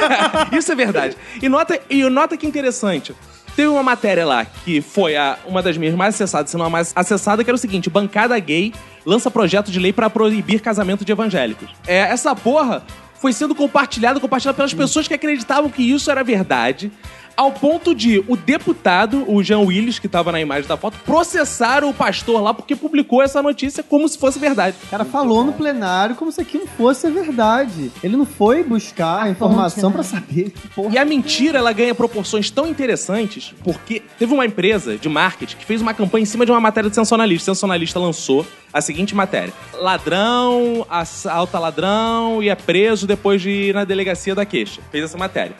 A: <laughs> Isso é verdade. E nota, e nota que interessante. Teve uma matéria lá que foi a- uma das minhas mais acessadas, se não a mais acessada, que era o seguinte: bancada gay lança projeto de lei pra proibir casamento de evangélicos. É, essa porra foi sendo compartilhada, compartilhada pelas pessoas que acreditavam que isso era verdade. Ao ponto de o deputado, o Jean Willis, que tava na imagem da foto, processar o pastor lá porque publicou essa notícia como se fosse verdade.
D: O cara falou no plenário como se aquilo fosse a verdade. Ele não foi buscar a informação
F: fonte,
D: pra
F: né?
D: saber que porra.
A: E a mentira, ela ganha proporções tão interessantes, porque teve uma empresa de marketing que fez uma campanha em cima de uma matéria de sensacionalista. O sensacionalista lançou a seguinte matéria: ladrão, assalta ladrão e é preso depois de ir na delegacia da queixa. Fez essa matéria.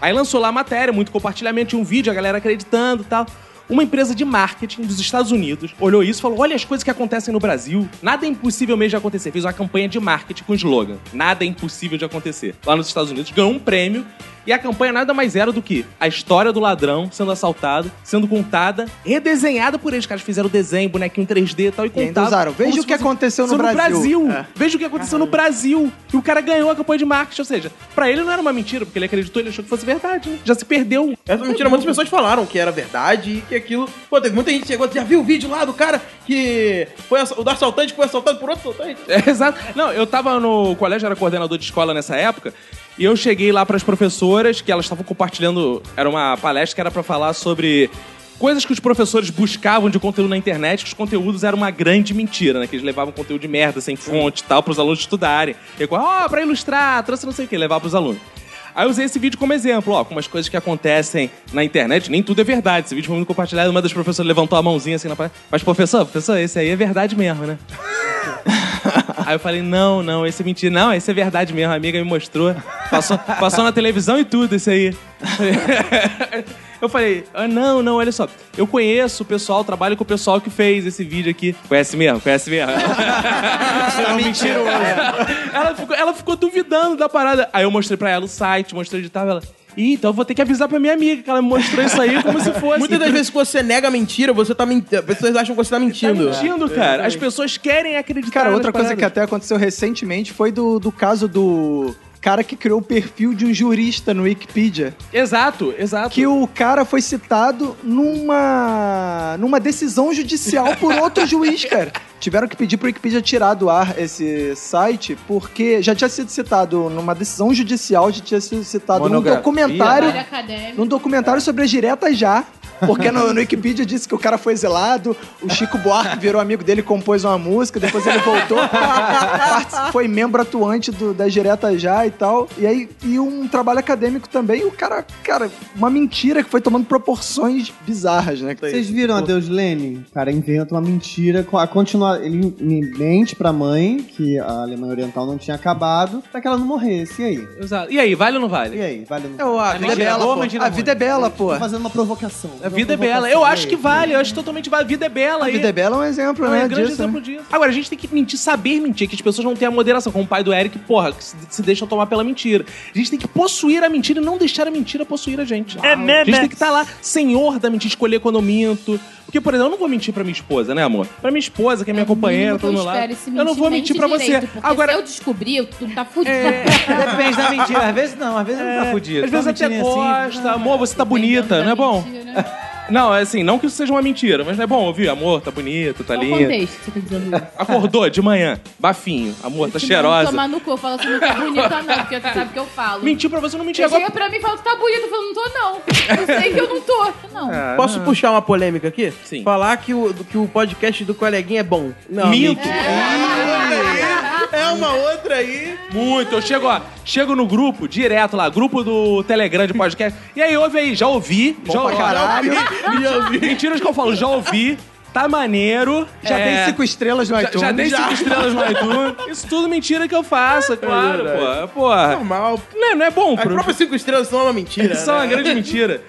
A: Aí lançou lá a matéria, muito compartilhamento, tinha um vídeo, a galera acreditando e tal. Uma empresa de marketing dos Estados Unidos olhou isso e falou: olha as coisas que acontecem no Brasil. Nada é impossível mesmo de acontecer. Fez uma campanha de marketing com o slogan: Nada é impossível de acontecer. Lá nos Estados Unidos ganhou um prêmio. E a campanha nada mais era do que a história do ladrão sendo assaltado, sendo contada, redesenhada por eles. Os caras fizeram desenho, bonequinho 3D e tal, e
B: E ainda
A: contavam.
B: usaram.
A: como
B: Veja
A: se
B: o que
A: fosse-
B: aconteceu no
A: só
B: Brasil. É.
A: Veja o que aconteceu no Brasil. E o cara ganhou a campanha de marketing. Ou seja, pra ele não era uma mentira, porque ele acreditou, ele achou que fosse verdade. né? Já se perdeu.
G: Essa mentira, muitas pessoas falaram que era verdade e que aquilo. Pô, teve muita gente que chegou, já viu o vídeo lá do cara que foi assa- o do assaltante que foi assaltado por outro assaltante?
A: É, <laughs> exato. Não, eu tava no colégio, era coordenador de escola nessa época, e eu cheguei lá pras professoras, que elas estavam compartilhando, era uma palestra que era pra falar sobre coisas que os professores buscavam de conteúdo na internet, que os conteúdos eram uma grande mentira, né? Que eles levavam conteúdo de merda, sem fonte e tal, pros alunos estudarem. E ó, pra ilustrar, trouxe não sei o que, levar pros alunos. Aí eu usei esse vídeo como exemplo, ó, com umas coisas que acontecem na internet, nem tudo é verdade. Esse vídeo foi muito compartilhado, uma das professoras levantou a mãozinha assim na palestra. Mas, professor, professor, esse aí é verdade mesmo, né? Aí eu falei, não, não, esse é mentira. Não, esse é verdade mesmo. A amiga me mostrou. Passou, passou na televisão e tudo, isso aí. <laughs> Eu falei, ah, não, não, olha só. Eu conheço o pessoal, trabalho com o pessoal que fez esse vídeo aqui. Conhece mesmo? Conhece mesmo?
E: Não, mentiroso.
A: ela, ficou, ela ficou duvidando da parada. Aí eu mostrei pra ela o site, mostrei onde tava. Ela, ih, então eu vou ter que avisar pra minha amiga que ela me mostrou isso aí como se fosse.
G: Muitas das vezes que você nega a mentira, você tá mentindo. As pessoas acham que você tá
A: Tá
G: mentindo.
A: mentindo, cara. As pessoas querem acreditar.
B: Cara,
A: nas
B: outra coisa
A: paradas.
B: que até aconteceu recentemente foi do, do caso do cara que criou o perfil de um jurista no Wikipedia.
A: Exato, exato.
B: Que o cara foi citado numa, numa decisão judicial por outro juiz, cara. Tiveram que pedir pro Wikipedia tirar do ar esse site, porque já tinha sido citado numa decisão judicial, já tinha sido citado num
E: Monografia,
B: documentário
C: Trabalho acadêmico.
B: num documentário sobre as diretas já. Porque no, no Wikipedia disse que o cara foi exilado, o Chico Buarque virou amigo dele, compôs uma música, depois ele voltou, partic- foi membro atuante do, das diretas já e tal. E aí, e um trabalho acadêmico também, e o cara, cara, uma mentira que foi tomando proporções bizarras, né?
D: Vocês viram Adeus Lenin? O cara inventa uma mentira. com A continua... Ele me mente pra mãe que a Alemanha Oriental não tinha acabado pra que ela não morresse. E aí?
A: Exato. E aí, vale ou não vale?
D: E aí? Vale não?
B: É, ó, a vida é
A: mentira
B: bela,
A: boa,
B: pô.
A: mentira
B: A
A: ruim.
B: vida é bela, pô.
D: Tô fazendo uma provocação.
A: A Ah, vida é
D: Uma provocação.
A: bela. Eu
D: E
A: acho
D: aí?
A: que vale, eu acho totalmente vale. A vida é bela.
B: A
A: aí.
B: vida é bela é um exemplo,
A: Não,
B: né?
A: é um grande
B: disso,
A: exemplo disso. Agora, a gente tem que mentir, saber mentir, que as pessoas não têm a moderação, como o pai do Eric, porra, que se, se deixam tomar pela mentira. A gente tem que possuir a mentira e não deixar a mentira possuir a gente. É mesmo? A gente tem que estar lá, senhor da mentira, escolher quando eu minto. Porque, por exemplo, eu não vou mentir pra minha esposa, né, amor? Pra minha esposa, que é minha
C: É o
A: companheira,
C: mínimo que
A: todo meu
C: eu espero
A: lado.
C: esse
A: Eu não vou mentir pra você.
C: direito, porque
A: Agora, É,
C: se eu descobrir, tu tá fudido. <laughs>
E: Depende da
D: É,
E: mentira. Às vezes não, às vezes não tá fudido.
A: às vezes
E: Tá
A: até
C: ah,
E: mentirinha assim,
A: gosta, amor, você tá bonita, não é bom?
C: Mentira.
A: Não, é assim, não que isso seja uma mentira, mas não é bom ouvir. Amor, tá bonito, tá
C: Qual o
A: lindo.
C: contexto que você tá dizendo isso?
A: Acordou de manhã, bafinho. Amor, tá
C: Se
A: cheirosa.
C: não Tomar no cu, fala assim, não tá bonita não, porque tu sabe que eu falo.
A: Mentir pra você, eu não mentir
C: Você
A: agora.
C: chega pra mim e fala, tu tá bonita, eu falo, não tô não. Eu sei que eu não tô. Não.
A: É.
G: Posso puxar uma polêmica aqui?
A: Sim.
G: Falar que o, que o podcast do coleguinha é bom. Não,
A: Minto.
G: mentira. É uma outra aí.
A: Muito. Eu chego, ó, chego no grupo, direto lá, grupo do Telegram de podcast. E aí, ouve aí, já ouvi. já ouvi.
G: Já ouvi.
A: Mentiras que eu falo, já ouvi. Tá maneiro.
B: Já
A: é,
B: tem cinco estrelas no
A: já,
B: iTunes.
A: já dei cinco estrelas no iTunes. Isso tudo mentira que eu
B: <laughs>
A: faço, é claro, pô. Porra.
G: Normal.
A: Não, é- não é bom,
G: As
A: pro...
G: próprias cinco estrelas são uma mentira.
A: Isso é uma
G: né?
A: grande mentira.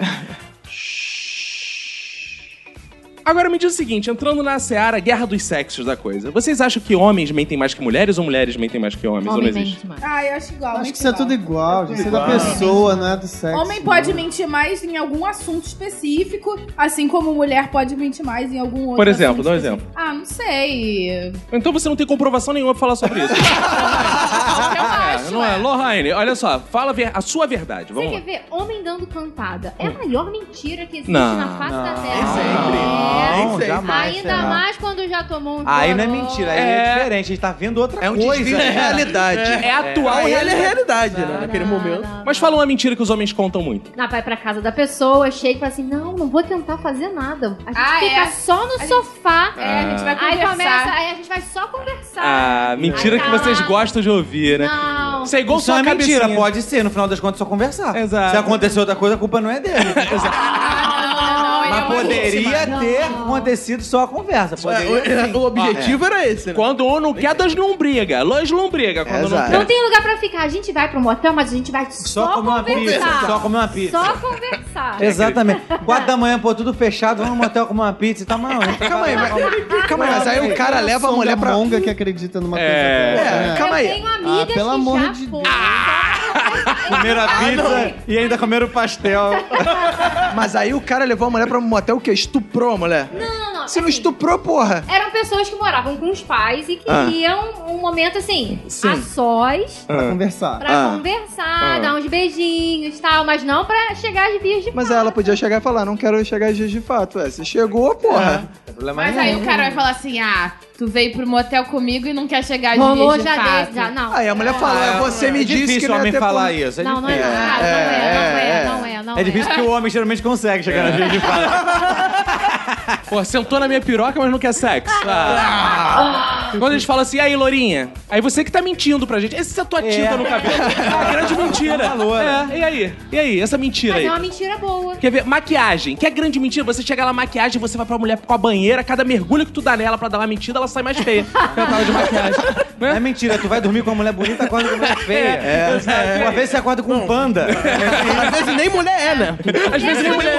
A: Agora me diz o seguinte, entrando na seara guerra dos sexos da coisa. Vocês acham que homens mentem mais que mulheres ou mulheres mentem mais que homens? ou
F: Homem
A: não existe?
F: mente mais.
C: Ah, eu acho igual.
D: Acho
C: muito
D: que isso é
C: igual.
D: tudo igual, gente. Isso é da pessoa, não é do sexo.
C: Homem pode mentir mais em algum assunto específico, assim como mulher pode mentir mais em algum outro
A: Por exemplo,
C: assunto
A: dá um
C: específico. Ah, não sei.
A: Então você não tem comprovação nenhuma pra falar sobre
F: <laughs>
A: isso.
C: Eu
A: É,
C: acho,
A: não é?
C: é.
A: Lohane, olha só, fala a ver- a sua verdade,
F: Você
A: vamos
F: quer
A: lá.
F: ver homem dando cantada? É a maior mentira que existe
A: Não,
F: na face da
G: sempre.
F: Terra.
G: Nem
E: É Não,
G: sei.
E: jamais.
F: Ainda
E: será.
F: mais quando já tomou um
E: Aí não é
F: violão.
E: mentira, aí é,
A: É.
E: diferente. A gente tá vendo outra
K: É um
E: coisa. né?
K: desvio de realidade.
A: É atual
G: Aí ele é
A: realidade.
G: realidade, né? Naquele momento.
A: Mas fala uma mentira que os homens contam muito.
F: Na, vai pra casa da pessoa, chega e fala assim: Não, não vou tentar fazer nada. A gente
C: Ah,
F: fica
C: é.
F: só no
C: gente-
F: sofá.
C: É, a gente vai
F: Aí
C: conversar.
F: começa, aí a gente vai só conversar.
A: Ah, mentira
F: Ai,
A: que vocês
F: cala.
A: gostam de ouvir, né?
F: Tá. Não.
A: Isso é igual
E: Isso
A: sua
E: é
A: cabecinha.
E: mentira, pode ser. No final das contas, é só conversar.
A: Exato.
E: Se acontecer outra coisa, a culpa não é dele.
F: Ah,
C: Não,
F: é
E: Mas
C: eu acho
E: poderia ter acontecido só a conversa. Poderia
G: É, o, o objetivo era esse, né?
A: Quando um não quer, dois lombriga. Dois lombriga quando um
K: Exato.
E: É
A: não
F: Não
A: quer.
F: tem lugar pra ficar. A gente vai pro motel, mas a gente vai só,
E: Só comer uma
F: conversar.
E: pizza, só comer uma pizza.
F: Só conversar.
E: Exatamente. Quatro da manhã, pô, tudo fechado, vamos no motel comer uma pizza e tá mal.
K: Calma aí, mas, calma aí, mas aí o cara leva a
D: Som
K: mulher
D: da
K: pra.
D: monga que acredita numa coisa
A: É.
D: dessa,
K: É,
D: né?
K: calma
F: Eu
K: aí.
F: tenho amigas
D: Ah, pelo
F: que
D: amor
F: já
D: de
F: foram. Então,
D: Deus.
E: Comeram
F: Ah,
E: a pizza e ainda comeram o pastel.
K: Mas aí o cara levou a mulher pra um motel o quê? Estuprou a mulher?
F: Não, não, não.
K: Se não
F: assim,
K: estuprou, porra.
F: Eram pessoas que moravam com os pais e queriam um momento assim, a sós,
D: Pra conversar.
F: pra
K: Ah.
F: conversar, dar uns beijinhos e tal, mas não pra chegar às vias de
K: Mas
F: fato.
K: ela podia chegar e falar, não quero chegar às dias de fato. Ué, você chegou, porra.
D: É.
C: Mas aí o cara vai falar assim: ah, tu veio pro motel comigo e não quer chegar de
F: Rolou
C: dia de
F: já
C: fato.
F: desde, já, não.
K: Aí a mulher falou, é, você me disse que
E: difícil o
K: não ia
E: homem
K: ter
E: falar
K: porra.
E: isso. É
F: Não, não é, não,
E: difícil.
F: cara, não é, não é, não é, não é.
E: É difícil que o homem geralmente consegue chegar na gente de fato.
A: Pô, sentou na minha piroca, mas não quer sexo. Ah. Quando eles falam assim, e aí, Lourinha? Aí você que tá mentindo pra gente. Essa é a tua tinta no cabelo. É uma grande mentira.
E: um
A: É, e aí? E aí? Essa mentira
F: Mas
A: aí?
F: é uma mentira boa.
A: Quer ver? Maquiagem. Que é grande mentira. Você chega lá, maquiagem, você vai pra mulher com a banheira. Cada mergulho que tu dá nela pra dar uma mentira, ela sai mais
F: <laughs>
A: feia. Eu tava de maquiagem.
E: Não é mentira, tu vai dormir com uma mulher bonita, acorda com uma mulher feia. É, Uma vez você acorda com um panda.
G: Às vezes nem mulher é, né?
A: Às vezes nem mulher.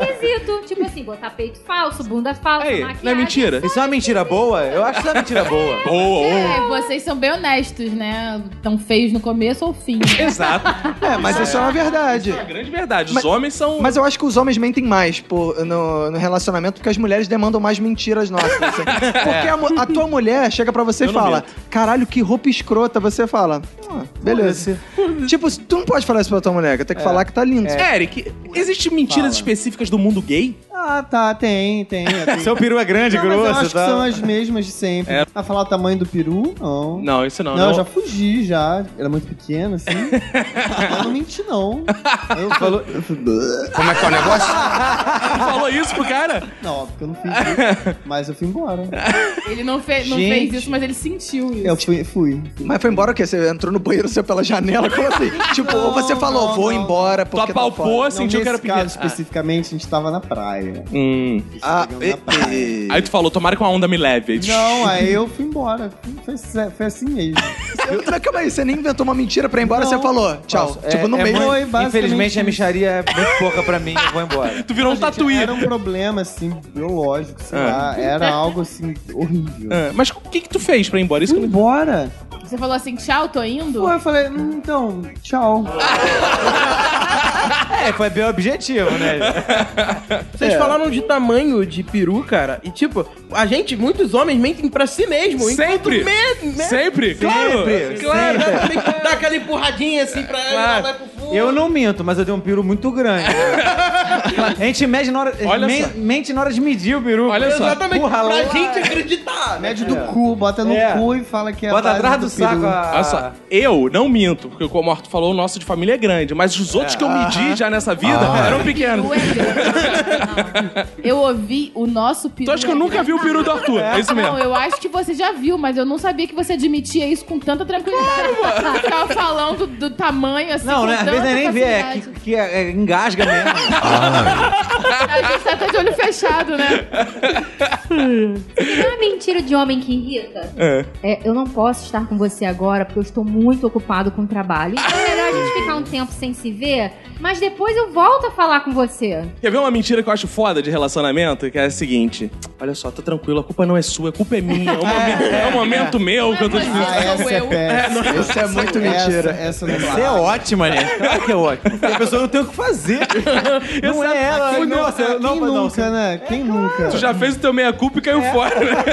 F: Esse quesito, tipo assim, botar peito falso, bunda falsa,
A: Aí,
F: maquiagem.
A: não é mentira?
E: Isso é uma mentira boa? Eu acho que isso é uma mentira boa.
F: <laughs>
C: É, vocês são bem honestos, né? Tão feios no começo ou fim.
A: Exato.
K: É, mas isso é uma verdade.
A: É a grande verdade. Os homens são.
K: Mas eu acho que os homens mentem mais pô, no, no relacionamento porque as mulheres demandam mais mentiras nossas.
A: <laughs>
K: assim. Porque a, mu- a tua mulher chega pra você e
A: É. Eu não
K: fala:
A: minto.
K: caralho, que roupa escrota. Você fala: "Ah, beleza. Tipo, tu não pode falar isso pra tua mulher, que tem que
A: É.
K: falar que tá lindo.
A: Eric, existem mentiras específicas do mundo gay?
D: Ah, tá, tem, tem.
K: <laughs>
D: tem.
E: Seu peru é grande,
D: Não, mas eu
E: grosso
D: acho
E: e
D: que
K: tá?
D: são
E: tal.
D: as mesmas de sempre.
A: É.
D: A falar o tamanho do peru, não.
A: Não, isso não.
D: Não,
A: <laughs>
D: eu já fugi, já. Era muito pequeno, assim. eu não menti, não. Eu falo...
K: Como é que é o negócio?
A: falou isso pro cara?
D: Não, óbvio que eu não fiz
A: <laughs>
D: isso. Mas eu fui embora.
C: Ele não, fe- não
E: Gente.
C: fez isso, mas ele sentiu isso.
D: Eu fui. fui.
K: Mas foi embora o quê? Você entrou no banheiro seu pela janela? Como assim? tipo, ou você
D: Não,
K: falou,
D: não,
K: vou
D: não.
K: embora
A: Tu
K: porque tá
A: apalpou,
K: fora.
A: sentiu que era
D: nesse
A: pequeno.
D: caso, especificamente, a gente tava na praia.
A: Ah, hum.
K: Ah,
D: Chegamos na praia.
K: e, e-
A: Aí tu falou, tomara que uma onda me leve. Aí tu- <laughs>
D: Não, aí eu fui embora. Foi, foi assim mesmo.
K: Não, Calma aí, você nem inventou uma mentira pra ir embora,
D: Não.
K: você falou, tchau.
E: É-
K: tipo, no
E: é
K: meio.
E: muito-
D: Foi basicamente
E: Infelizmente, a
D: isso.
E: micharia é muito pouca pra mim, eu vou embora.
A: Tu virou um tatuí.
D: Era um problema, assim, biológico, sei
A: Ah.
D: lá. Era algo, assim, horrível.
A: Ah, Mas o que que tu fez pra ir embora? Isso que eu
D: Fui
A: não...
D: embora.
C: Você falou assim, tchau, tô indo?
D: Pô, eu falei, "Hum, então, tchau.
E: É, foi bem objetivo, né?
G: Vocês
H: É.
G: falaram de tamanho de peru, cara. E tipo, a gente, muitos homens mentem pra si mesmo.
A: Sempre.
G: enquanto Me, me,
A: Sempre? né? Claro!
E: Sempre,
A: Claro!
G: Exatamente. Dá aquela empurradinha assim pra ela, ela vai pro fundo.
E: Eu não minto, mas eu tenho um peru muito grande. A gente mede na hora.
A: Olha
E: men-
A: só.
E: Mente na hora de medir o peru.
A: Olha só.
G: Exatamente,
E: Porra,
G: pra
E: lá-
G: gente acreditar. Né?
H: Mede do cu, bota no
E: É.
H: cu e fala que é a
E: Bota
H: base
E: atrás do saco
H: peru.
E: a.
A: Olha só, eu não minto, porque como o Arthur falou, o nosso de família é grande, mas os outros que eu medi já nessa vida eram pequenos.
C: Peru é grande. Não. Eu ouvi o nosso peru.
A: Tu acha que eu
C: é
A: nunca vi o peru do Arthur? É isso mesmo.
C: Não, eu acho que você já viu, mas eu não sabia que você admitia isso com tanta tranquilidade. Você ficava falando do tamanho, assim,
E: Não,
C: com
E: né? Às
C: tanta
E: vezes não é nem ver, é que,
C: facilidade.
E: que é- é engasga
G: <laughs>
E: mesmo.
C: A gente tá até de olho fechado, né?
F: Não é mentira de homem que irrita? É, eu não posso estar com você agora porque eu estou muito ocupado com o trabalho. Então é melhor a gente ficar um tempo sem se ver, mas depois eu volto a falar com você.
A: Quer ver uma mentira que eu acho foda de relacionamento? Que é a seguinte: Olha só, tô tranquilo, a culpa não é sua, a culpa é minha. É um momento, é um momento meu que eu tô te
C: Ah, é.
H: Essa é
C: eu.
H: péssima.
M: Isso é muito
H: Essa-
M: mentira.
H: Essa não é
E: Você é ótima, né? Claro que é ótima. Porque a pessoa não tem o que fazer. Não é ela.
H: Quem
E: não,
H: nunca,
E: você-
H: quem
E: não, não,
H: nunca, né? Quem nunca?
A: Tu já fez o teu meia-culpa e caiu
H: É.
A: fora, né?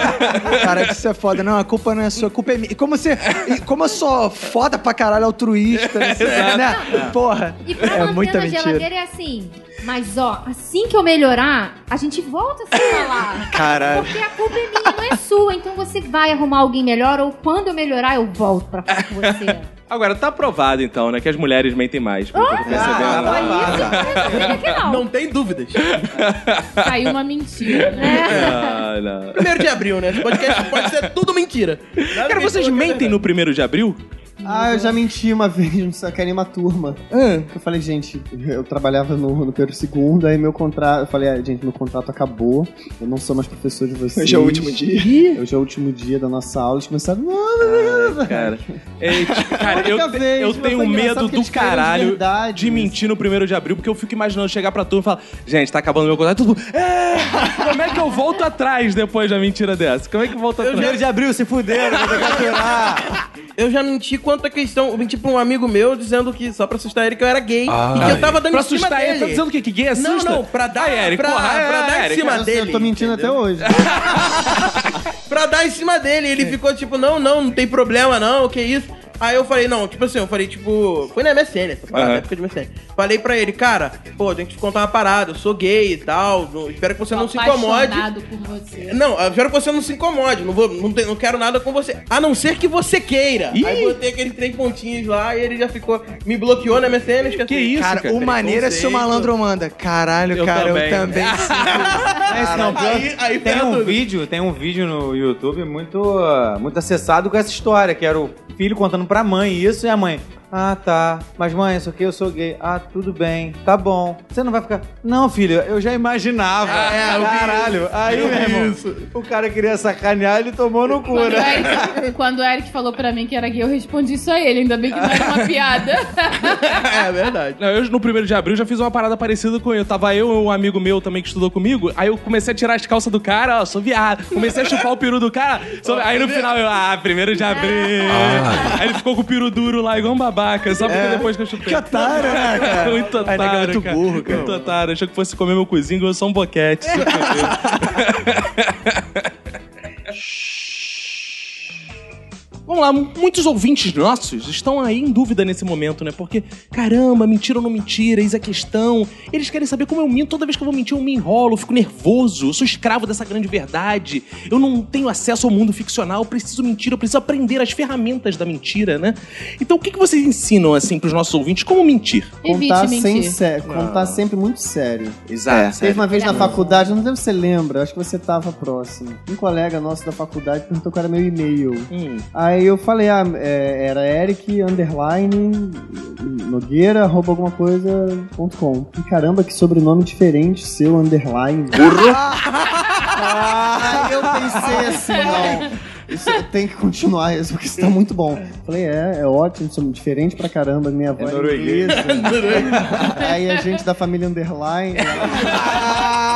M: Cara, isso é foda. Não, a culpa não é sua, a culpa é minha. E Como você. e Como eu sou foda pra caralho altruísta, né? né? Porra.
F: E pra
M: É
F: manter
M: muita
F: na
M: mentira.
F: geladeira é assim. Mas ó, assim que eu melhorar, a gente volta a se falar.
M: Caralho.
F: Porque a culpa é minha, não é sua. Então você vai arrumar alguém melhor ou quando eu melhorar, eu volto pra falar
M: <laughs>
F: com você.
A: Agora, tá provado então, né? Que as mulheres mentem mais. pelo que eu tô
H: Ah,
A: percebendo.
F: Olha isso, não é que não.
G: Não tem dúvidas.
C: Caiu uma mentira, né?
F: É.
A: Ah, não.
G: Primeiro de abril, né? Esse podcast pode ser tudo mentira. é
A: Cara, vocês mentem no primeiro de abril?
H: Ah, eu já menti uma vez, não sei, querem uma turma. Eu falei, gente, eu trabalhava no, no Pedro Segundo, aí meu contrato. Eu falei, ah, gente, meu contrato acabou, eu não sou mais professor de vocês.
M: Hoje é o último dia.
H: Hoje é o último dia da nossa aula. Eles começaram, não,
A: Cara, é, tipo, cara eu,
H: única vez,
A: eu
H: mas
A: tenho
H: foi engraçado
A: medo
H: porque
A: do
H: eles caíram de
A: caralho
H: verdade,
A: de
H: né?
A: mentir no primeiro de abril, porque eu fico imaginando chegar pra turma e falar: gente, tá acabando meu contrato. Tudo... É, como é que eu volto atrás depois da mentira dessa? Como é que eu volto atrás?
E: Primeiro de abril, se fuderam, vou ter que aturar.
G: Eu já menti quanto à questão. Eu menti pra um amigo meu dizendo que, só pra assustar ele, que eu era gay. e que eu tava dando
A: Pra
G: em cima
A: assustar ele,
G: dele.
A: tá dizendo o quê? Que gay assusta?
G: Não, não, pra dar,
A: Ah, Eric,
G: pra,
A: porra, é,
G: pra dar em
A: Eric,
G: cima
H: eu,
G: dele.
H: eu tô mentindo até hoje.
G: pra dar em cima dele. Ele ficou tipo, não, não, não tem problema não, que isso. Aí eu falei, não, tipo assim, eu falei, tipo, foi na MSN essa parada,
A: Aham.
G: época de MSN. Falei pra ele, cara, pô, tem que te contar uma parada, eu sou gay e tal, não- espero que você não se incomode. É
C: Apaixonado por você.
G: Não, eu espero que você não se incomode, não, vou, não, te- não quero nada com você, a não ser que você queira. Aí botei aqueles três pontinhos lá e ele já ficou, me bloqueou na MSN, esqueci.
A: Que isso, cara?
M: Cara, o maneiro é se o malandro manda. Caralho,
A: Eu
M: cara,
A: também.
M: eu também.
E: Mas não, pior-
G: Aí- aí
E: tem
G: ferra
E: um
G: tudo.
E: vídeo, tem um vídeo no YouTube muito, ah, muito acessado com essa história, que era o filho contando pra mãe isso, e a mãe. Ah, tá. Mas mãe, isso aqui eu sou gay. Ah, tudo bem. Tá bom. Você não vai ficar. Não, filho, eu já imaginava.
G: Ah, é, eu vi
E: Caralho. Aí, meu irmão, o cara queria sacanear, ele tomou no cu,
C: Quando o,
E: né?
C: Eric, quando o Eric falou pra mim que era gay, eu respondi isso a ele. Ainda bem que não era uma piada.
G: <laughs> É verdade.
A: Não, eu no primeiro de abril já fiz uma parada parecida com eu. Tava eu e um amigo meu também que estudou comigo. Aí eu comecei a tirar as calças do cara, ó, sou viado. Comecei a chupar o peru do cara. sou- Aí no final eu, ah, primeiro de abril. Aí ele ficou com o peru duro lá, igual um babaca, só porque depois que eu chupei. Ah. Que otário, né, cara? <laughs> Muito otário.
M: negão é muito
A: cara.
M: burro, cara.
A: Muito otário. Achou que fosse comer meu cozinho, eu sou um <laughs> boquete. seu cabelo. Vamos lá, muitos ouvintes nossos estão aí em dúvida nesse momento, né? Porque, caramba, mentira ou não mentira, eis a questão. Eles querem saber como eu minto. Toda vez que eu vou mentir, eu me enrolo, eu fico nervoso, eu sou escravo dessa grande verdade. Eu não tenho acesso ao mundo ficcional, eu preciso mentir, eu preciso aprender as ferramentas da
G: <laughs>
A: mentira, né? Então, o que, que vocês ensinam, assim, pros nossos ouvintes? Como mentir?
H: <laughs> Contar,
C: Evite
H: sem
C: mentir.
H: sé- contar sempre muito sério.
E: É,
A: Exato.
H: Teve uma vez na faculdade, não sei se você lembra, acho que você tava próximo. Um colega nosso da faculdade perguntou qual era meu e-mail. Aí eu falei, ah, é, era Eric underline Nogueira, arroba alguma coisa, ponto com. E caramba, que sobrenome diferente seu underline. <laughs> Aí eu pensei assim, não. Isso tem que continuar isso, porque isso tá muito bom. Falei, é, é ótimo, somos diferente pra caramba, minha voz é
E: Ah.
H: inglesa. Aí a gente da família Underline, ela,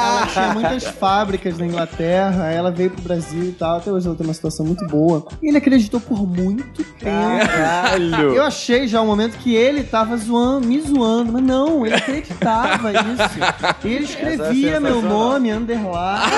H: ela
D: tinha
E: <laughs>
D: muitas fábricas na Inglaterra, aí ela veio pro Brasil e tal. Até hoje ela tem uma situação muito boa. E ele acreditou por muito tempo.
E: Caralho.
D: Eu achei já um momento que ele tava zoando, me zoando, mas não, ele
E: <laughs>
D: acreditava nisso. Ele escrevia
E: Essa é
D: meu
E: sensacional.
D: nome, underline,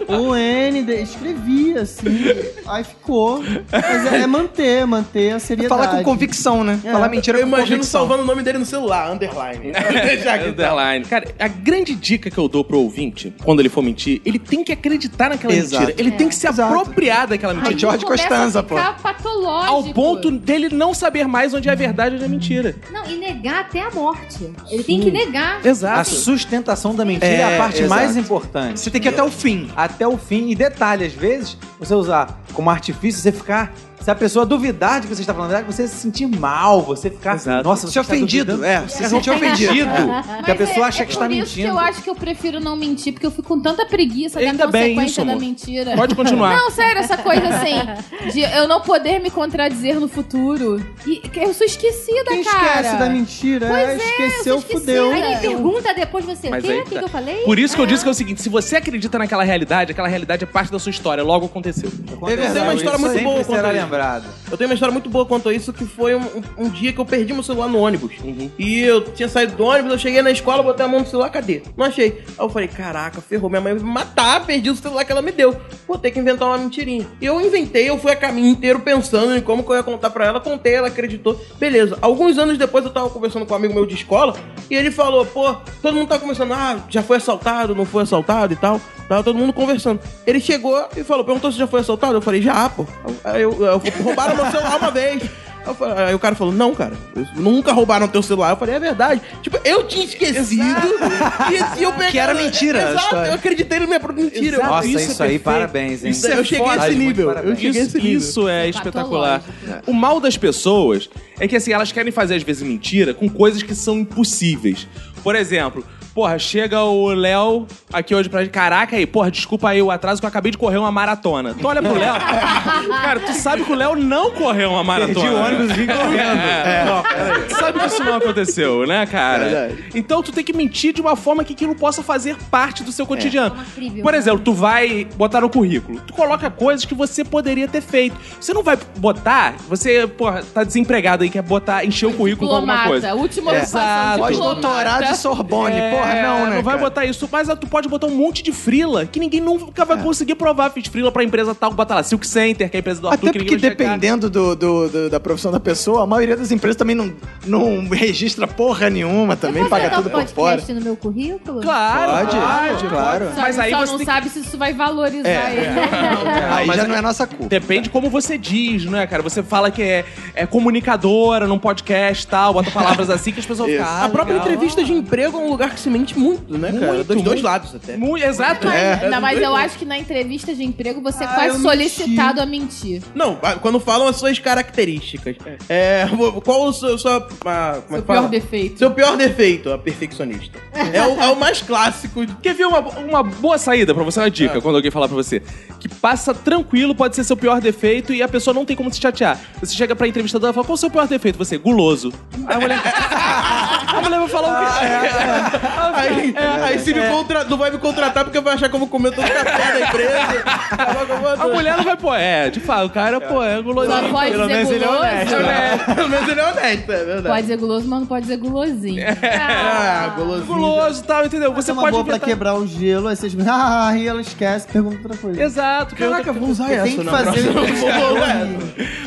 D: <laughs> o N, de- escrevia assim, aí ficou. Mas é, é manter, manter a seriedade.
K: Falar com convicção, né?
D: É.
K: Falar mentira
G: Eu
K: com
G: imagino
K: convicção.
G: salvando o nome dele no
A: <laughs>
G: celular, underline. <laughs> Já que tá.
A: Underline. Cara, a grande dica que eu dou pro ouvinte, quando ele for mentir, ele tem que acreditar naquela
K: Exato.
A: mentira. Ele tem que se apropriar daquela mentira.
K: Aí George
F: começa
K: Costanza,
F: a ficar patológico.
A: Ao ponto dele não saber mais onde é a verdade e onde é a mentira.
F: Não, e negar até a morte. Ele tem que negar.
E: A
A: Exato.
E: sustentação da mentira é,
K: É,
E: a parte
K: exato.
E: mais importante.
K: Você tem que ir até o fim.
E: até o fim. E detalhe, às vezes, você usar como artifício, você ficar. Se a pessoa duvidar de que você está falando a verdade, você se sentir mal, você ficar.
A: Exato.
E: Nossa,
K: Se
E: você está
K: ofendido.
E: duvidando.
K: É, se sentir ofendido.
E: ofendido. que a pessoa acha que está
C: é, por isso
E: mentindo.
C: que eu acho que eu prefiro não mentir, porque eu fico com tanta preguiça
A: Ainda
C: da
A: bem isso,
C: consequência da
A: amor.
C: mentira.
A: Pode continuar.
C: Não, sério, essa coisa assim, de eu não poder me contradizer no futuro. E que eu sou esquecida,
D: Quem
C: cara.
D: esquece da mentira,
C: Pois é,
D: esqueceu,
C: eu sou
D: fudeu.
C: esquecida.
F: Aí me pergunta depois você,
A: Mas
F: tem
A: aí
F: aqui
A: tá.
F: que eu falei?
A: Por isso que eu disse que é o seguinte: se você acredita naquela realidade, aquela realidade é parte da sua história, logo aconteceu.
G: Eu
E: é
G: tenho uma história muito boa
E: Sempre será
G: contra isso.
E: lembrado.
G: Eu tenho uma história muito boa quanto a isso, que foi um, um- um dia que eu perdi meu celular no ônibus.
E: Uhum.
G: E eu tinha saído do ônibus, eu cheguei na escola, botei a mão no celular, cadê? Não achei. Aí eu falei, caraca, ferrou, minha mãe vai me matar, perdi o celular que ela me deu. Vou ter que inventar uma mentirinha. E eu inventei, eu fui a caminho inteiro pensando em como que eu ia contar pra ela, contei, ela acreditou. Beleza. Alguns anos depois eu tava conversando com um amigo meu de escola, e ele falou, pô, todo mundo tá conversando, ah, já foi assaltado, não foi assaltado e tal. Tava todo mundo conversando. Ele chegou e falou, perguntou se já foi assaltado. Eu falei, já, pô. Aí eu, eu, roubaram meu celular uma vez. Aí eu falei- Aí o cara falou, não, cara, eles nunca roubaram teu celular. Eu falei, é verdade. Tipo, eu tinha esquecido. e, e eu peguei,
K: Que era mentira a
G: Exato,
K: história.
G: eu acreditei na minha própria mentira. Eu-
E: Nossa, isso,
G: é
E: aí,
G: perfeito.
E: parabéns, hein?
G: Isso é- eu cheguei a
E: foda.
G: esse
E: Muito
G: nível. Eu
E: parabéns.
G: cheguei a esse
A: Isso,
G: nível.
A: isso é espetacular. O mal das pessoas é que assim, elas querem fazer às vezes mentira com coisas que são impossíveis. Por exemplo, porra, chega o Léo aqui hoje pra gente. Caraca aí, porra, desculpa aí o atraso que eu acabei de correr uma maratona. Tu olha pro Léo. Cara, tu sabe que o Léo não correu uma maratona.
E: Perdi o ônibus e vim correndo.
A: É, não, peraí. Tu sabe que isso não aconteceu, né, cara? Então tu tem que mentir de uma forma que aquilo possa fazer parte do seu cotidiano.
F: Uma incrível,
A: Por
F: né?
A: exemplo, tu vai botar no currículo, tu coloca coisas que você poderia ter feito. Você não vai botar, você, porra, tá desempregado aí, quer botar, encher o currículo com alguma coisa.
C: Diplomata, última ocupação de
K: Pós-doutorado
C: diplomata.
K: de Sorbonne. Porra,
A: É,
K: não, né?
A: não vai
K: cara?
A: botar isso, mas ah, tu pode botar um monte de frila que ninguém nunca
K: É.
A: vai conseguir provar. Fiz frila pra empresa tal, bota lá Silk Center, que é a empresa do Arthur,
K: Até
A: que
K: porque
A: ninguém vai checar.
K: dependendo do, do- do- da profissão da pessoa, a maioria das empresas também não, não <laughs> registra porra nenhuma, também
F: eu posso
K: paga
F: botar
K: tudo
F: um
K: por fora.
F: podcast no meu currículo?
A: Claro,
K: Pode,
A: pode,
K: claro.
C: Só,
A: Mas aí
C: só
A: você
C: não
A: tem que-
C: sabe se isso vai valorizar
K: É.
C: ele.
K: Aí
A: mas
K: já não é nossa culpa.
A: Depende como você diz, né, cara? Você fala que é, é comunicadora num podcast e tal, bota palavras assim que
K: <laughs>
A: as pessoas ficam.
G: A própria
A: entrevista.
G: entrevista de emprego é um lugar que se mente muito, né, cara?
A: Muito,
G: Dos dois
A: muito.
G: lados até.
A: Muito, exato.
C: <laughs>
K: É.
C: Mas, não, mas eu acho que na entrevista de emprego você é quase solicitado a mentir.
G: Não, ah, quando falam as suas características. É, vo- qual o seu. Sua, ah, como é
C: Seu
G: que fala?
C: pior defeito.
G: Seu pior defeito, a perfeccionista. É o, é o mais clássico. de-
A: Quer ver uma, uma boa saída pra você? Uma dica, quando alguém falar pra você. Que passa tranquilo, pode ser seu pior defeito e a pessoa não tem como se chatear. Você chega pra entrevistadora e fala, qual o seu pior defeito? Você, é guloso. Aí a mulher... a mulher vai falar o
E: Ah,
A: quê?
E: é,
G: Aí, aí se me contra, não vai me contratar porque vai achar que eu vou comer todo o café da empresa.
A: A mulher não vai, pô, é, de fato, o cara, pô, é guloso.
C: Só pode
E: Pelo
C: ser
E: menos ele é honesto,
C: guloso.
E: né?
G: Pelo menos ele é honesto, é verdade.
C: Pode ser guloso, mas não pode ser gulosinho.
F: É.
G: Ah, golosinho.
A: Guloso e tal, entendeu? Você
D: Você uma
A: pode
D: boa pra
A: inventar-
D: quebrar o gelo, aí
K: <laughs>
D: vocês... Ah, e ela esquece, pergunta outra coisa.
A: Exato.
G: Caraca, vou usar
D: Tem
G: essa
D: que
G: na
D: fazer...
G: próxima.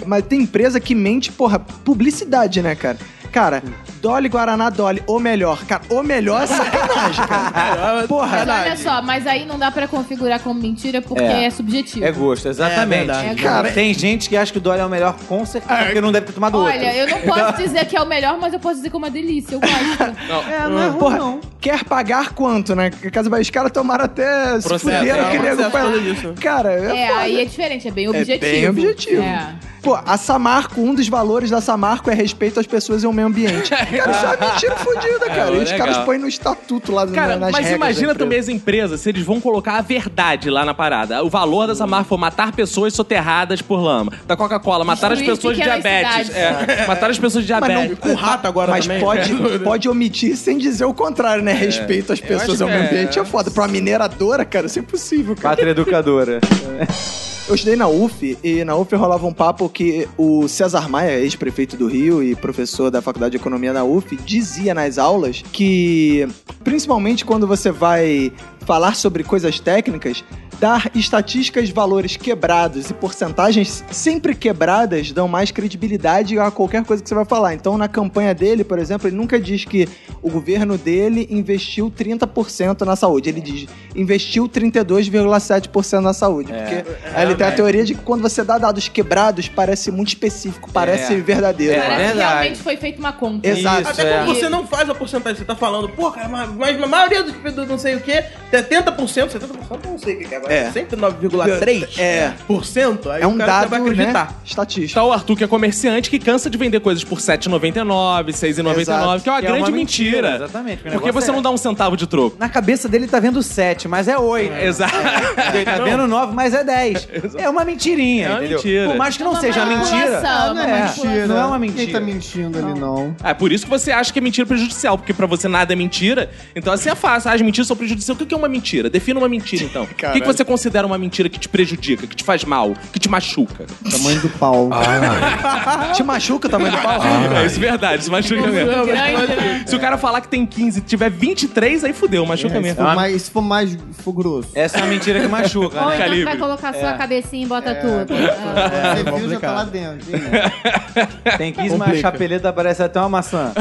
K: Mas tem empresa que mente, porra, publicidade, né, cara? Cara, Dolly Guaraná Dolly, ou melhor, cara, ou melhor é sacanagem, <laughs> cara. Porra,
C: Mas olha só, mas aí não dá pra configurar como mentira porque
E: É.
C: é, subjetivo.
E: É gosto, exatamente.
G: É verdade.
C: É
E: Cara, tem gente que acha que o Dolly é o melhor com certeza, porque não deve ter tomado outro.
C: Olha, eu não posso dizer que é o melhor, mas eu posso dizer que é uma delícia. Eu gosto.
D: É, não é ruim,
K: Porra.
D: não.
K: quer pagar quanto, né? Casa Bahia, os caras tomaram até se
A: Processo, né?
K: fuderam
G: é,
K: que nego
G: processo,
K: pra-
G: tudo isso.
K: Cara, é
C: é, aí é diferente, é bem objetivo.
K: bem objetivo.
C: É.
A: <laughs>
K: Pô, a Samarco, um dos valores da Samarco é respeito às pessoas e ao meio ambiente.
H: Cara, isso é uma mentira fodida,
A: É,
H: cara. e os
A: legal.
H: caras põem no estatuto lá do-
A: Cara,
H: nas
A: mas
H: regras da
A: imagina
H: empresa.
A: também as empresas se eles vão colocar a verdade lá na parada. O valor dessa marca foi matar pessoas soterradas por lama. Da Coca-Cola, matar as
C: Destruir
A: pessoas de
C: pequenas
A: diabetes. É, matar as pessoas de diabetes.
G: Com rato agora
H: Mas
G: também.
H: pode, né? pode omitir sem dizer o contrário, né? Respeito às pessoas
A: acho
H: ao
A: que
H: meio
A: é.
H: ambiente é foda. Pra uma mineradora, cara, isso é impossível, cara.
E: Pátria educadora.
H: Eu estudei na UF e na UF rolava um papo que o César Maia, ex-prefeito do Rio e professor da Faculdade de Economia da UF, dizia nas aulas que, principalmente quando você vai falar sobre coisas técnicas, dar estatísticas, valores quebrados e porcentagens sempre quebradas dão mais credibilidade a qualquer coisa que você vai falar. Então, na campanha dele, por exemplo, ele nunca diz que o governo dele investiu 30% na saúde. Ele diz investiu 32,7% na
G: É,
H: saúde. Porque aí ele tem a teoria de que quando você dá dados quebrados, parece muito específico, parece
E: É.
H: verdadeiro.
E: É.
C: Parece que
E: verdade.
C: realmente foi feita uma conta.
H: Exato.
E: Isso,
G: Até
E: é.
G: quando você não faz a porcentagem, você tá falando, pô, cara, mas, mas a maioria dos do não sei o quê, 70%, 70% não sei o que que é, agora,
H: É.
G: 109,3%,
H: É.
G: aí
H: É
G: o
H: um
G: cara
H: dado
G: vai
H: né,
G: acreditar.
H: estatístico.
A: Está o Arthur, que é comerciante, que cansa de vender coisas por R$7,99, R$6,99,
H: Exato.
A: que é uma
E: Que é
A: grande
E: uma mentira,
A: mentira.
E: exatamente, porque o
A: Porque
E: negócio
A: você
E: é-
A: não dá um centavo de troco.
E: Na cabeça dele tá vendo 7, mas é 8.
A: Exato.
E: Tá vendo 9, mas é 10. É uma mentirinha,
A: É uma
E: entendeu?
A: mentira.
E: Por mais que não
C: uma
E: seja
C: manipulação,
E: mentira.
C: é uma
E: não, é.
C: manipulação.
E: não é uma
N: Quem tá
E: mentira.
N: mentindo ali, não.
A: É por isso que você acha que é mentira prejudicial, porque pra você nada é mentira. Então assim é fácil. Ah, As mentiras são prejudiciais. O que é uma mentira? Defina uma mentira, então. O que que você considera uma mentira que te prejudica, que te faz mal, que te machuca?
N: Tamanho do pau.
G: Ah,
H: Te machuca o tamanho do pau?
A: É isso é verdade, isso machuca mesmo.
G: é
C: Grande, né?
A: Se o cara falar que tem 15 e tiver 23, aí fudeu, machuca
E: É
N: se,
A: mesmo.
N: for
E: né?
N: mais, se for mais, se for grosso.
E: Essa é uma mentira
A: <laughs>
E: que machuca, né?
F: Ou então você
A: Calibre.
F: vai colocar sua cabecinha e bota tudo. Ah,
G: É,
H: É,
N: Você viu, já tá
E: complicado.
N: lá dentro. hein?
E: Tem 15, mas a chapeleta parece até
A: <laughs>
E: uma maçã.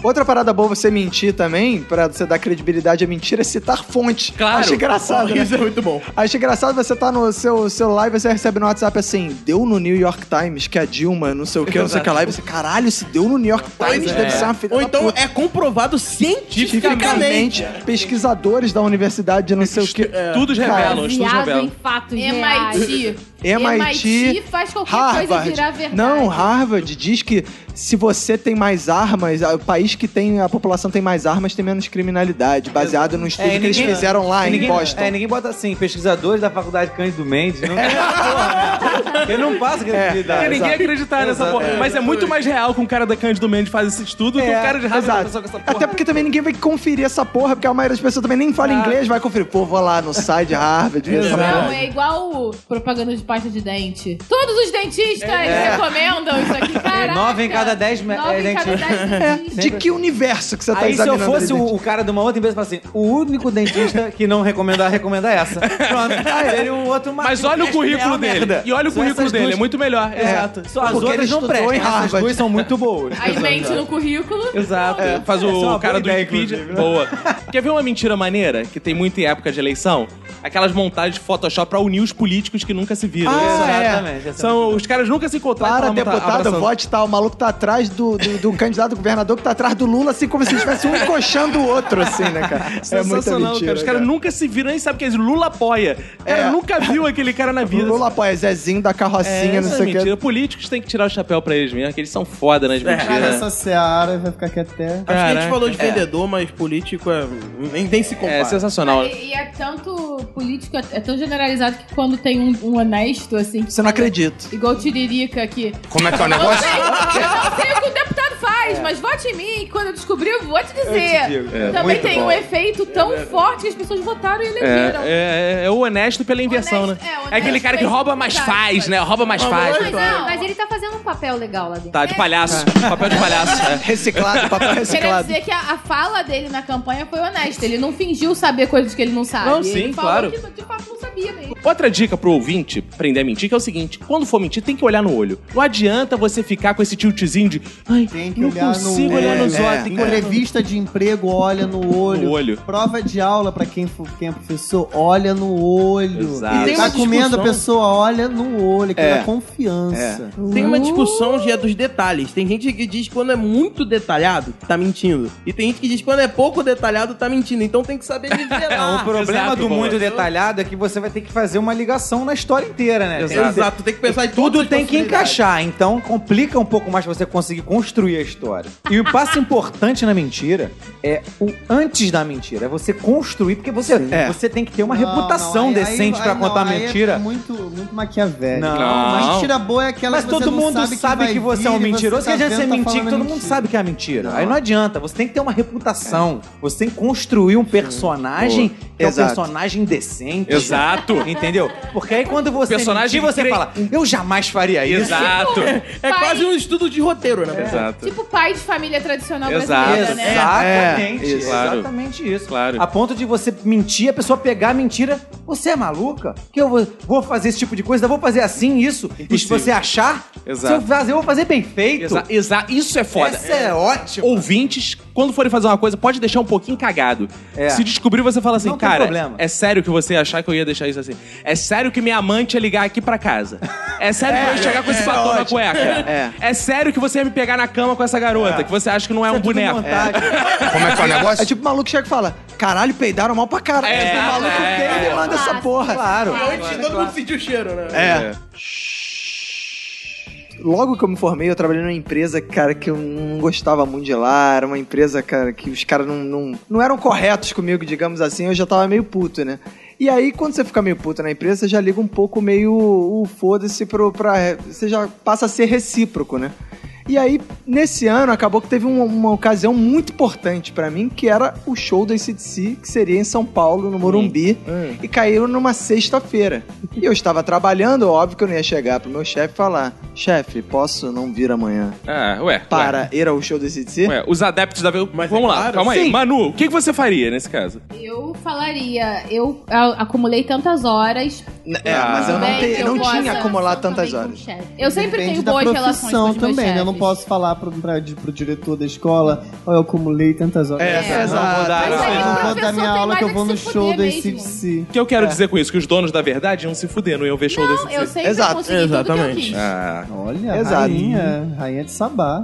H: Outra parada boa é você mentir também, pra você dar credibilidade à mentira, é citar fonte.
A: Claro.
H: Acho engraçado, né?
G: Isso é muito bom.
H: Acho engraçado você tá no seu celular e você recebe no WhatsApp assim, deu no New York Times que é a Dilma, não sei o que, não sei o que lá, e você, caralho, se deu no New York Times, deve ser uma filha
G: é. Ou
H: da
G: então
H: puta.
G: é comprovado cientificamente.
H: pesquisadores da universidade de não sei o que.
E: É.
A: Tudo revelam, estudos
F: Baseado em
A: revelam.
C: É
F: fatos reais.
C: MIT.
H: MIT,
C: faz qualquer coisa
H: Harvard.
C: virar verdade.
H: Não, Harvard diz que se você tem mais armas, ah, o país que tem a população tem mais armas tem menos criminalidade, baseado num estudo
E: É, e
H: que eles
E: ninguém-
H: fizeram lá
E: E
H: em
E: ninguém,
H: Boston.
E: É, ninguém bota assim, pesquisadores da faculdade Cândido Mendes.
A: <laughs>
E: Não tem essa porra, né? Ele não passa credibilidade.
A: É. Porque ninguém
E: sabe?
A: acreditar nessa
E: Exato.
A: porra. Mas é muito mais real que um cara da Cândido Mendes faz esse estudo que um cara de Harvard
H: Exato.
A: pessoa com essa porra.
H: Até porque também ninguém vai conferir essa porra, porque a maioria das pessoas também nem fala
E: Ah.
H: inglês, vai conferir. Pô, vou lá no site de Harvard, ver
C: Não,
H: essa porra.
C: é igual o propaganda de pasta de dente. Todos os dentistas recomendam isso aqui, caraca.
E: É. nove em cada dez me- <laughs>
C: Nove
E: é,
C: em cada
E: dentista.
C: dez dentistas.
H: De que universo que você tá
E: Aí se eu
H: examinando?
E: fosse
H: ali
E: o,
H: dentro?
E: o cara de uma outra empresa, eu falaria assim, o único dentista que não recomendar, recomenda essa. Pronto, aí seria um outro...
A: Mas olha o currículo dele. E olha o
E: é Só
A: currículo
E: essas
A: dele,
E: duas-
A: é muito melhor. Exato.
E: Só as
H: Porque
E: outras
H: ele
E: não
H: estudou
E: prestam,
H: em
E: essas
H: Harvard.
E: duas são muito boas.
C: Aí mente no currículo.
A: Exato. Faz
E: Essa é
A: o
E: uma
A: cara
E: boa
A: do
E: ideia,
A: Wikipedia.
E: inclusive.
A: Boa. Quer ver uma mentira maneira que tem muito em época de eleição? Aquelas montagens de Photoshop pra unir os políticos que nunca se viram.
E: Exatamente. essa é
A: São, os caras nunca se encontraram.
H: Para,
A: e falam, tá,
H: deputado,
A: abraçando.
H: vote tal. O maluco tá atrás do, do, do candidato a governador que tá atrás do Lula, assim como se estivesse um encoxando o outro, assim, né, cara? É muita
A: Sensacional,
H: mentira.
A: cara. Os caras nunca se viram, nem sabem o que é isso. Lula apoia. O cara
H: É.
A: nunca viu aquele cara na vida.
H: Lula apoia Zezinho da
A: é,
H: carrocinha, não
A: essa é
H: sei o
A: mentira.
H: que.
A: Políticos têm que tirar o chapéu pra eles mesmo, que eles são foda né, nas
N: Cara,
A: mentiras.
N: essa seara vai ficar aqui até...
G: Acho que a
A: Caraca.
G: gente falou de vendedor, mas político é... Nem, nem se compara.
A: É, sensacional.
C: E, e é tanto político, é tão generalizado que quando tem um, um honesto, assim... que
H: Você não
C: fala-
H: acredita.
C: Igual o Tiririca aqui.
O: Como é que é o
C: <laughs> Eu não
O: negócio?
C: sei, eu não sei o que o deputado faz, mas vote em mim. Quando eu descobrir, eu vou te dizer.
O: É,
C: Também tem um efeito tão forte que as pessoas votaram e elegeram.
A: É, é, é o honesto pela inversão,
C: Honesto-
A: né?
C: é, honesto
A: É, aquele cara que
C: pela
A: rouba, mas
C: inversão,
A: faz,
C: sabe?
A: né? Rouba, mas faz.
F: Mas, não, mas ele tá fazendo um papel legal lá dentro.
C: É.
A: Tá, de palhaço. Papel de palhaço. é.
E: <laughs>
H: Reciclado, papel
C: Queria
H: reciclado.
C: dizer que a, a fala dele na campanha foi honesta. Ele não fingiu saber coisas que ele não sabe.
A: Não,
C: ele
A: sim,
C: falou
A: claro.
C: que de fato não sabia né? mesmo.
A: Outra dica pro ouvinte aprender a mentir que é o seguinte: quando for mentir, tem que olhar no olho. Não adianta você ficar com esse tiltzinho de. Ai,
N: Tem que
A: não
N: olhar no
A: consigo
N: olho."
A: olhar nos
H: É,
A: olhos. tem que olhar no-
N: Entrevista de emprego, olha no olho.
A: No olho.
N: Prova de aula pra quem, for- quem é professor, olha no olho.
A: Exato.
G: Tem uma
N: Tá comendo, a
G: discussão-
N: pessoa olha no olho, que
H: É.
N: dá
E: É.
N: confiança.
G: Tem uma discussão já dos detalhes. Tem gente que diz que quando é muito detalhado, tá mentindo. E tem gente que diz que quando é pouco detalhado, tá mentindo. Então tem que saber
E: Não,
G: nivelar.
E: o problema
A: exato,
E: do
A: boa.
E: muito detalhado é que você vai ter que fazer fazer uma ligação na história inteira, né?
G: Exato. tu tem que pensar em
E: Tudo
G: todas as
E: tem que
G: possibilidades.
E: encaixar, então complica um pouco mais pra você conseguir construir a história. E o passo importante na mentira é o antes da mentira, é você construir, porque você,
H: É.
E: você tem que ter uma
P: Não,
E: reputação
P: não, aí- aí-
E: decente
P: aí
E: pra
P: não,
E: contar
P: aí
E: mentira.
P: É muito, muito maquiavélico.
E: Não.
P: Mas mentira boa é aquela
E: Mas
P: que você
E: todo
P: não
E: mundo
P: sabe
E: sabe,
P: que, vai
E: que, você é um
P: vir e
E: mentiroso,
P: tá
E: que adianta você
P: vendo, tá
E: mentir,
P: falando
E: que todo mundo
P: mentira.
E: sabe que é uma mentira.
P: Não.
E: Aí não adianta, você tem que ter uma reputação. Você tem que construir um personagem que é um
H: Exato.
E: personagem decente.
A: Exato.
E: Entendeu? Porque aí quando você
A: Personagem
E: mentir, você
A: cre-
E: fala, eu jamais faria isso.
A: Exato.
G: É
C: Vai.
G: quase um estudo de roteiro, na verdade.
C: <laughs>
A: Exato.
C: Tipo pai de família tradicional
A: Exato.
C: brasileira, né?
E: Exatamente.
H: É, isso.
A: Claro.
E: Exatamente isso.
A: Claro.
E: A ponto de você mentir, a pessoa pegar a mentira. Você é maluca? Que eu vou, vou fazer esse tipo de coisa, eu vou fazer assim, isso. E se
A: Impossível.
E: você achar,
A: Exato.
E: se eu fazer, eu vou fazer bem feito.
A: Exa exa- isso é foda.
E: Essa é ótima.
A: Ouvintes, quando forem fazer uma coisa, pode deixar um pouquinho cagado.
E: É.
A: Se descobrir, você fala assim,
E: Não tem
A: cara,
E: problema."
A: é sério que você ia achar que eu ia deixar isso assim. É sério que minha amante ia ligar aqui pra casa. É sério que eu ia chegar com esse batom na cueca. É. sério que você ia me pegar na cama com essa garota, que você acha que não é um boneco.
H: Como é que é o negócio? É tipo o maluco chega e fala: caralho, peidaram mal pra caralho.
A: É,
H: o maluco
A: é,
H: peida
A: é.
H: e manda essa porra. Claro.
G: É Antes, todo mundo sentiu o cheiro, né?
H: É. Logo que eu me formei, eu trabalhei numa empresa, cara, que eu não gostava muito de lá. Era uma empresa, cara, que os caras não, não, não eram corretos comigo, digamos assim. Eu já tava meio puto, né? E aí, quando você fica meio puto na empresa, você já liga um pouco meio o foda-se pro, pra. Você já passa a ser recíproco, né? E aí, nesse ano, acabou que teve uma, uma ocasião muito importante pra mim, que era o show do ACDC, que seria em São Paulo, no Morumbi, e caiu numa sexta-feira. E eu estava trabalhando, óbvio que eu não ia chegar pro meu chefe e falar: chefe, posso não vir amanhã
A: Ah, ué.
H: para ir ao show do ACDC?
A: Ué, os adeptos da... Mas Vamos lá, calma aí.
H: Sim.
A: Manu, o que que você faria nesse caso?
C: Eu falaria, eu a- acumulei tantas horas.
H: N- É, mas eu
C: Bem,
H: não, te-
C: eu
H: não
C: posso
H: tinha acumulado
F: Também
H: tantas
F: com o
H: horas.
F: chefe.
C: Eu sempre
P: Depende
C: tenho
P: da
C: boas relações com
P: profissão
C: os meus
P: também, né? Eu não
C: chefes.
P: posso falar pro, pra, de- pro diretor da escola, ó, eu acumulei tantas horas.
H: É,
P: Não, né?
H: exato.
P: vou dar-
C: Mas aí
P: não
C: o
P: vou
C: professor
P: dar minha
C: tem
P: aula
C: mais
P: que eu
C: é
P: vou
C: que
P: no
C: se
P: show
C: fuder
P: da
C: mesmo.
P: ICDC.
A: O que eu quero dizer com isso? Que os donos da verdade iam se fuder, não iam ver show desse
C: Não, eu sempre
H: Exato,
C: consegui tudo que eu
G: exatamente.
C: quis.
A: Ah,
P: Olha,
H: é, Exato.
P: rainha, rainha de sabá.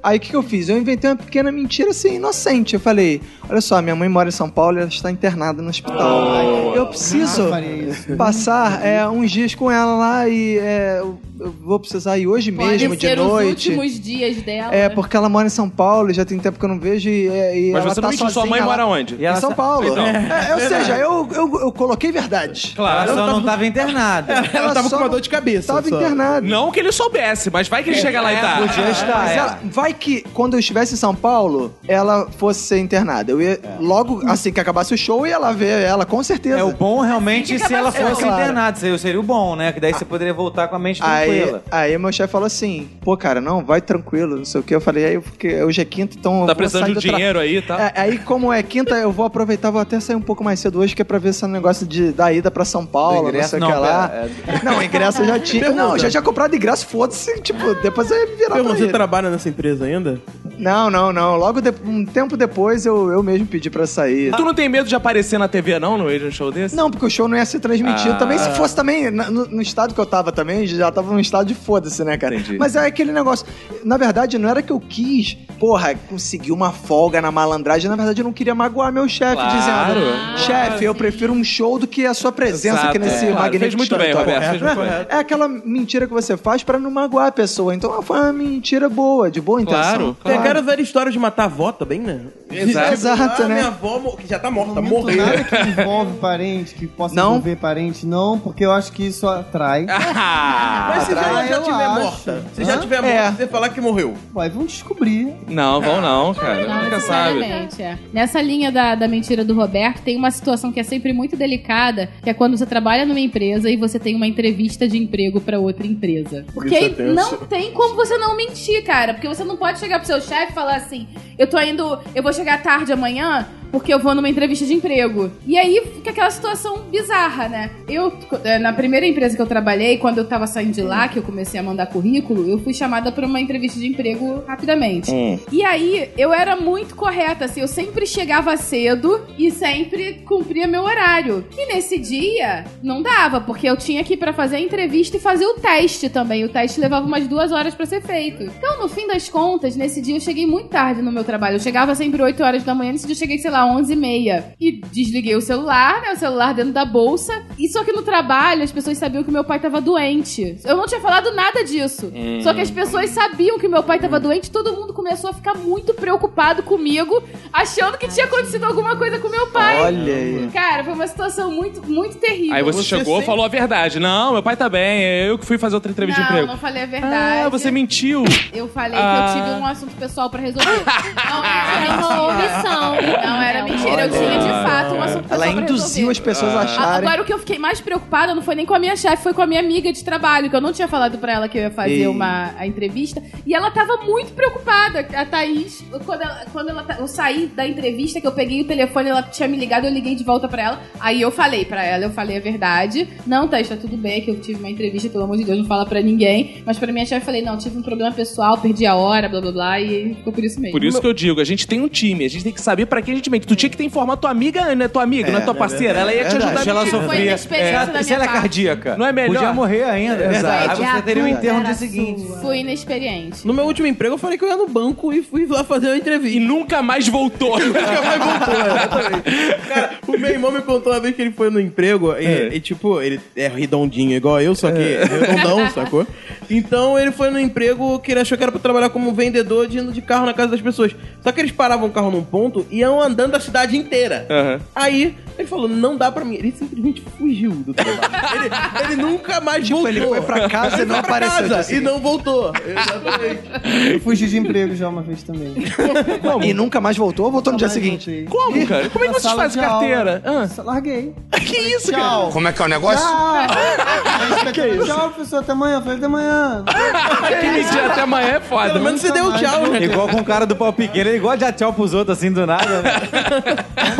H: Aí o que, que eu fiz? Eu inventei uma pequena mentira assim, inocente. Eu falei: olha só, minha mãe mora em São Paulo, ela está internada no hospital. eu preciso
P: Eu Oh. Ah, faria isso.
H: passar é, uns dias com ela lá e é, eu eu vou precisar ir hoje
C: Pode
H: mesmo, de
C: ser os
H: noite.
C: últimos dias dela.
H: É, porque ela mora em São Paulo, já tem tempo que eu não vejo e, e
A: mas
H: ela
A: você
H: tá
A: não mentiu, sua
H: sozinha
A: mãe
H: lá.
A: mora onde?
E: E ela
H: Em São
E: sa-
H: Paulo.
A: Então.
H: É, é, ou seja, eu, eu, eu coloquei verdade.
E: Ela
A: Claro. É.
E: só não tava internada.
H: Ela
G: Ela tava
H: só
G: com uma dor de cabeça.
H: Estava
G: só.
H: internada.
A: Não que ele soubesse, mas vai que ele chega lá e tá.
E: Podia estar,
H: Mas
E: é.
H: ela- vai que quando eu estivesse em São Paulo, ela fosse ser internada. Eu ia logo, assim que acabasse o show, eu ia lá ver ela, com certeza.
E: É o bom realmente se ela fosse
H: Claro.
E: internada. Seria, seria o bom, né? Que daí você poderia voltar com a mente
H: Aí,
E: tranquila.
H: aí meu chefe falou assim: pô, cara, não, vai tranquilo, não sei o que. Eu falei, aí, porque hoje é quinta, então. eu
A: Tá
H: vou
A: precisando
H: sair
A: de um
H: do tra-
A: dinheiro aí e tal.
E: Tá?
H: É, aí, como é quinta, eu vou aproveitar, vou até sair um pouco mais cedo hoje, que é pra ver esse negócio de, da ida pra São Paulo,
E: Do ingresso,
H: não sei o que
E: não,
H: lá.
E: pera, é.
H: Não, ingresso eu já tinha. Não, eu já tinha comprado ingresso, foda-se. Tipo, depois eu ia me virar
G: Pô,
H: pra
G: Você
H: ir.
G: trabalha nessa empresa ainda?
H: Não, não, não. Logo de- um tempo depois eu, eu mesmo pedi pra sair.
A: Tu não tem medo de aparecer na TV, não, no Agent Show desse?
H: Não, porque o show não ia ser transmitido.
A: Ah.
H: Também se fosse também, na- no, no estado que eu tava também, já tava num estado de foda-se, né, cara?
A: Entendi.
H: Mas é aquele negócio. Na verdade, não era que eu quis, porra, conseguir uma folga na malandragem. Na verdade, eu não queria magoar meu chefe,
A: Claro.
H: dizendo: chefe, eu prefiro um show do que a sua presença
A: Exato,
H: aqui nesse
A: é. Claro,
H: magnífico
A: fez muito bem,
H: escritório."
A: Roberto, fez muito
H: Não é?
A: bem.
H: É aquela mentira que você faz pra não magoar a pessoa. Então foi uma mentira boa, de boa intenção.
A: Claro,
G: Tem aquela velha história de matar a avó também, né?
H: Exato. Exato,
G: ah,
H: né?
G: Minha avó mo- que já tá morta,
P: Não minto
G: morreu.
P: nada que envolve parente, que possa
H: Não?
P: envolver parente, não, porque eu acho que isso atrai.
A: Ah,
G: Mas se ela
P: Atrás,
G: já
P: eu
G: tiver
P: acho.
G: morta, se já
P: Hã?
G: tiver
H: É.
G: morta, você falar que morreu.
P: Vai, vamos descobrir.
A: <laughs> não, vão não, cara.
C: Não,
A: Nunca sabe.
C: necessariamente, é. Nessa linha da, da mentira do Roberto, tem uma situação que é sempre muito delicada, que é quando você trabalha numa empresa e você tem uma entrevista de emprego pra outra empresa. Porque
G: Isso é
C: aí
G: tenso.
C: não tem como você não mentir, cara. Porque você não pode chegar pro seu chefe e falar assim: eu tô indo, eu vou chegar tarde amanhã. Porque eu vou numa entrevista de emprego. E aí fica aquela situação bizarra, né? Eu, eh, na primeira empresa que eu trabalhei, quando eu tava saindo de lá, que eu comecei a mandar currículo, eu fui chamada pra uma entrevista de emprego rapidamente. E aí, eu era muito correta, assim, eu sempre chegava cedo e sempre cumpria meu horário. E nesse dia, não dava, porque eu tinha que ir pra fazer a entrevista e fazer o teste também. O teste levava umas duas horas pra ser feito. Então, no fim das contas, nesse dia eu cheguei muito tarde no meu trabalho. Eu chegava sempre 8 horas da manhã, nesse dia eu cheguei, sei lá, lá, 11h30. E desliguei o celular, né? O celular dentro da bolsa. E só que no trabalho as pessoas sabiam que meu pai tava doente. Eu não tinha falado nada disso.
A: Hum.
C: Só que as pessoas sabiam que meu pai tava doente. Todo mundo começou a ficar muito preocupado comigo, achando que tinha acontecido alguma coisa com meu pai.
K: Olha aí.
C: Cara, foi uma situação muito, muito terrível.
A: Aí você,
G: Você
A: chegou
G: sempre-
A: falou a verdade. Não, meu pai tá bem, é eu que fui fazer outra entrevista de
C: não,
A: emprego.
C: não falei a verdade.
A: Ah, você mentiu.
C: Eu falei
A: Ah.
C: que eu tive um assunto pessoal
A: <laughs>
C: pra resolver. Não,
F: É
C: era
F: uma
C: mentira.
F: omissão.
C: Não, era mentira. Eu tinha, de fato, um assunto pessoal
K: Ela
C: pra
K: induziu
C: resolver.
K: as pessoas
A: Ah.
K: a
C: A-
K: acharem.
C: Agora, o que eu fiquei mais preocupada não foi nem com a minha chefe, foi com a minha amiga de trabalho, que eu não tinha falado pra ela que eu ia fazer
K: Ei.
C: uma a entrevista. E ela tava muito preocupada, a Thaís. Quando, ela- quando ela ta- eu saí da entrevista, que eu peguei o telefone, ela tinha me ligado, eu liguei de volta pra ela. Aí eu falei pra ela, eu falei a verdade. Não, Thaís, tá tudo bem, que eu tive uma entrevista, pelo amor de Deus, não fala pra ninguém. Mas pra minha chefe, eu falei, não, tive um problema pessoal, perdi a hora, blá blá blá, e ficou por isso mesmo.
A: Por isso que eu digo, a gente tem um time, a gente tem que saber pra quem a gente mente. Tu tinha que ter informado tua amiga, Ana, é tua amiga, não é tua parceira, ela ia te
K: verdade.
A: ajudar.
E: Se ela
A: nisso.
C: Foi
E: sofria.
C: inexperiência
E: é,
C: da minha
E: se ela é
C: parte.
E: cardíaca.
A: Não é melhor?
E: Podia morrer ainda.
A: É verdade.
E: Aí você teria um enterro no dia
F: Era
E: seguinte.
F: sua.
C: Fui inexperiente.
G: No meu último emprego, eu falei que eu ia no banco e fui lá fazer uma
A: E
G: entrevista.
A: nunca mais <laughs> voltou.
G: Nunca mais voltou, né? exatamente. Cara, o meu irmão me contou uma vez que ele foi no emprego e, e, tipo, ele é redondinho, igual eu, só que redondão, sacou? Então ele foi no emprego que ele achou que era pra trabalhar como vendedor de indo de carro na casa das pessoas. Só que eles paravam o carro num ponto e iam andando a cidade inteira.
A: Aham.
G: Aí ele falou, não dá pra mim. Ele simplesmente fugiu do trabalho. ele, ele nunca mais
D: Tipo,
G: voltou.
K: ele foi pra casa e
G: Ele
K: não
G: foi pra
K: apareceu no dia
G: Casa, e
K: seguinte.
G: não voltou. Exatamente.
D: assim. Eu fugi de emprego já uma vez também.
K: E nunca mais voltou ou voltou no dia
D: Mas voltei.
K: seguinte?
A: Como, cara? Como é que
D: Na
A: vocês
D: sala
A: fazem
D: de aula.
A: carteira? Ah.
G: <laughs>
D: Larguei.
A: Que isso, cara?
D: Tchau.
L: Como é que é o negócio?
D: Tchau. Tchau, professor. Até amanhã. Eu Falei, até amanhã.
A: Aquele dia até amanhã é foda.
G: Ah, Pelo menos você deu um tchau, né?
E: Igual com o cara do pau pequeno, ele gosta de dar tchau pros outros assim do nada, né?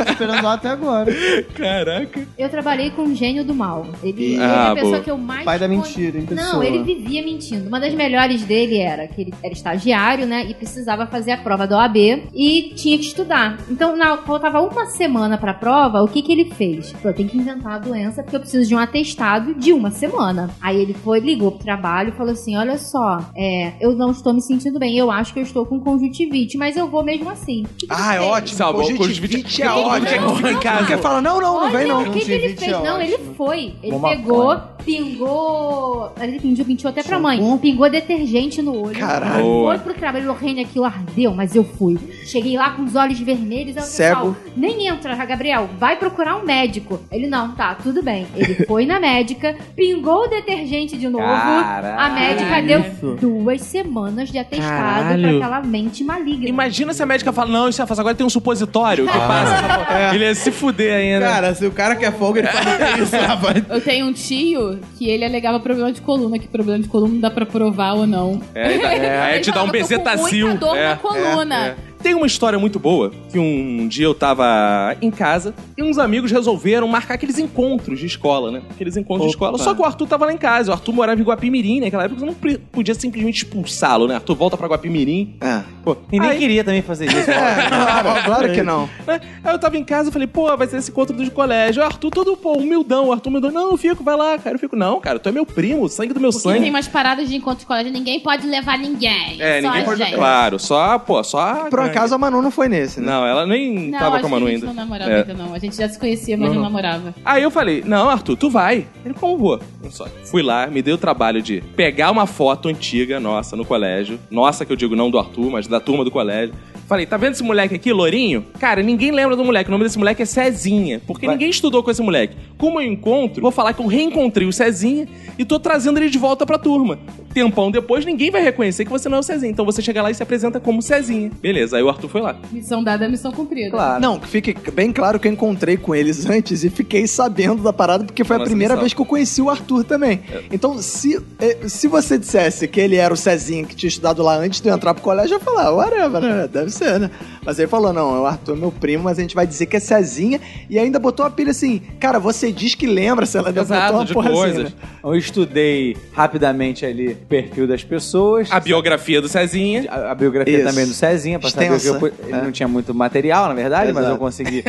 D: Tô esperando lá até agora.
A: Caraca.
F: Eu trabalhei com um gênio do mal. Ele ele
A: Ah,
F: é a pessoa
A: boa.
F: que eu mais.
D: Pai da
F: con-
D: mentira, em
F: Não,
D: pessoa.
F: ele vivia mentindo. Uma das melhores dele era que ele era estagiário, né? E precisava fazer a prova da OAB e tinha que estudar. Então, na, faltava uma semana pra prova, o que que ele fez? Falou, tem que inventar a doença porque eu preciso de um atestado de uma semana. Aí ele foi, ligou pro trabalho e falou assim: olha só, é, eu não estou me sentindo bem, eu acho que eu estou com conjuntivite, mas eu vou mesmo assim. O que que
K: Ah,
F: ele
K: é
F: fez?
K: ótimo.
A: Salvou,
K: Conjuntivite
A: conjuntivite
K: é
A: é
K: ótimo.
A: ótimo.
K: Fica em casa. Porque fala, não, não, não vem não.
F: O que, que ele
D: Conjuntivite
F: fez?
D: é
F: não, ele
D: ótimo.
F: foi. Ele
D: Uma
F: pegou,
D: maconha.
F: pingou. Ele pingiu, pintou até pra mãe. Pingou detergente no olho.
K: Caralho.
A: Boa.
F: Foi pro trabalho, ele falou, Rene, aquilo ardeu, mas eu fui. Cheguei lá com os olhos vermelhos. aí o
K: Cego.
F: pessoal, Nem entra, Gabriel, vai procurar um médico. Ele, não, tá, tudo bem.
D: <laughs>
F: Ele foi na médica, pingou o detergente de novo.
E: Caralho.
F: A médica deu duas semanas de atestado pra aquela mente maligna.
A: Imagina se a médica fala, não, isso é fácil, agora tem um supositório que passa. Ele ia se fuder ainda.
G: Cara, se o cara quer folga, ele fala "É isso, rapaz.
C: Eu tenho um tio que ele alegava problema de coluna, que problema de coluna dá pra provar ou não.
A: É, é, é, aí
C: Ele
A: te dá um
C: falava, "Eu tô com
A: bezetacil.
C: muita dor
A: É,
C: na coluna.
A: é, é. Tem uma história muito boa que um dia eu tava em casa e uns amigos resolveram marcar aqueles encontros de escola, né? Aqueles encontros de escola. Só que o Arthur tava lá em casa. O Arthur morava em Guapimirim, né? Naquela época você não pre- podia simplesmente expulsá-lo, né? Arthur volta pra Guapimirim.
K: É.
A: Pô,
E: E nem
A: aí-
E: queria também fazer isso. né?
K: Claro, <laughs> claro que não.
A: né? Aí eu tava em casa e falei, pô, vai ser esse encontro do colégio. O Arthur todo, pô, humildão. O Arthur humildão, não, eu fico, vai lá, cara. Eu fico, não, cara, tu é meu primo, sangue do meu
C: Porque
A: sangue.
C: tem umas paradas de encontro de colégio, ninguém pode levar ninguém.
A: É,
C: só
A: ninguém
C: a
A: pode.
C: gente.
A: Claro, só, pô, só.
K: Por um acaso a Manu não foi nesse, né?
A: Não, ela nem
C: Não,
A: tava
C: acho
A: com a
C: que
A: Manu
C: a gente
A: ainda.
C: não namorava
A: É.
C: ainda, não. A gente já se conhecia, mas não, namorava.
A: Aí eu falei, não, Arthur, tu vai. Ele, como vou? Eu só. Fui lá, me dei o trabalho de pegar uma foto antiga nossa no colégio. Nossa, que eu digo não do Arthur, mas da turma do colégio. Falei, tá vendo esse moleque aqui, Lourinho? Cara, ninguém lembra do moleque. O nome desse moleque é Cezinha. Porque ninguém estudou com esse moleque. Como eu encontro, vou falar que eu reencontrei o Cezinha e tô trazendo ele de volta pra turma. Tempão depois, ninguém vai reconhecer que você não é o Cezinha. Então você chega lá e se apresenta como Cezinha. Beleza, aí o Arthur foi lá.
C: Missão dada, é missão cumprida.
K: Claro. Não, que fique bem claro que eu encontrei com eles antes e fiquei sabendo da parada porque foi a
A: Nossa,
K: primeira
A: missão.
K: vez que eu conheci o Arthur também. Então, se, eh, se você dissesse que ele era o Cezinho que tinha estudado lá antes de eu entrar pro colégio, eu ia falar, whatever, né? deve ser, né? Mas ele falou, não, o Arthur é meu primo, mas a gente vai dizer que é Cezinha e ainda botou a pilha assim, cara, você diz que lembra, sei lá, ainda
A: Exato,
K: botou uma
A: de
K: porra assim,
A: coisas.
K: né?
E: Eu estudei rapidamente ali o perfil das pessoas.
A: A biografia do Cezinha.
E: A, a biografia
K: Isso.
E: também do Cezinha, pra saber que
K: Extensa,
E: eu, pu- ele
K: é.
E: não tinha muito material, na verdade, mas
K: Exato.
E: eu consegui,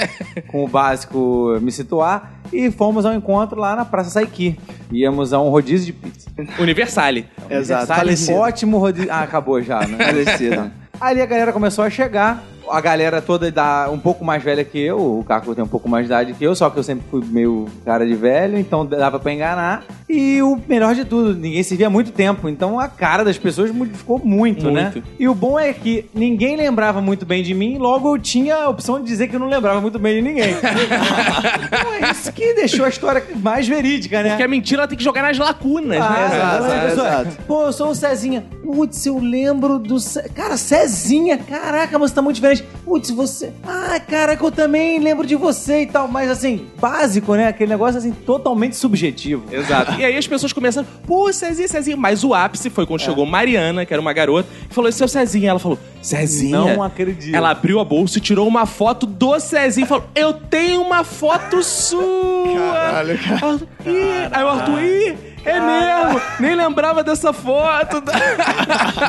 E: com o básico, me situar. E fomos ao encontro lá na Praça Saiki. Íamos a um rodízio de pizza.
A: Universale.
K: Exato,
E: Sabe,
K: falecido.
E: Ótimo rodízio. Ah, acabou já, né?
K: <laughs> Falecido.
E: Ali a galera começou a chegar. Ó, a galera toda da, um pouco mais velha que eu, o Caco tem um pouco mais de idade que eu, só que eu sempre fui meio cara de velho, então dava pra enganar. E o melhor de tudo, ninguém se via há muito tempo, então a cara das pessoas modificou muito, né? E o bom é que ninguém lembrava muito bem de mim, logo eu tinha a opção de dizer que eu não lembrava muito bem de
K: <laughs>
E: ninguém. Então é isso que deixou a história mais verídica, né?
A: Porque a mentira ela tem que jogar nas lacunas,
E: Ah,
A: né?
E: exato,
H: exato,
E: pessoa,
H: exato.
E: Pô, eu sou o Cezinha. Putz, eu lembro do. Ce- Cara, Cezinha, caraca, você tá muito diferente. Putz, você. Ah, caraca, eu também lembro de você e tal. Mas assim, básico, né? Aquele negócio assim, totalmente subjetivo.
A: Exato. E aí as pessoas começaram, pô, Cezinha, Cezinha. Mas o ápice foi quando chegou Mariana, que era uma garota, e falou: seu Cezinha. Ela falou: Cezinha.
E: Não acredito.
A: Ela abriu a bolsa e tirou uma foto do Cezinha e falou: Eu tenho uma foto sua!
H: Caralho, cara.
A: Ela, "Ih." Aí o Arthur, ih, é mesmo! Nem lembrava dessa foto.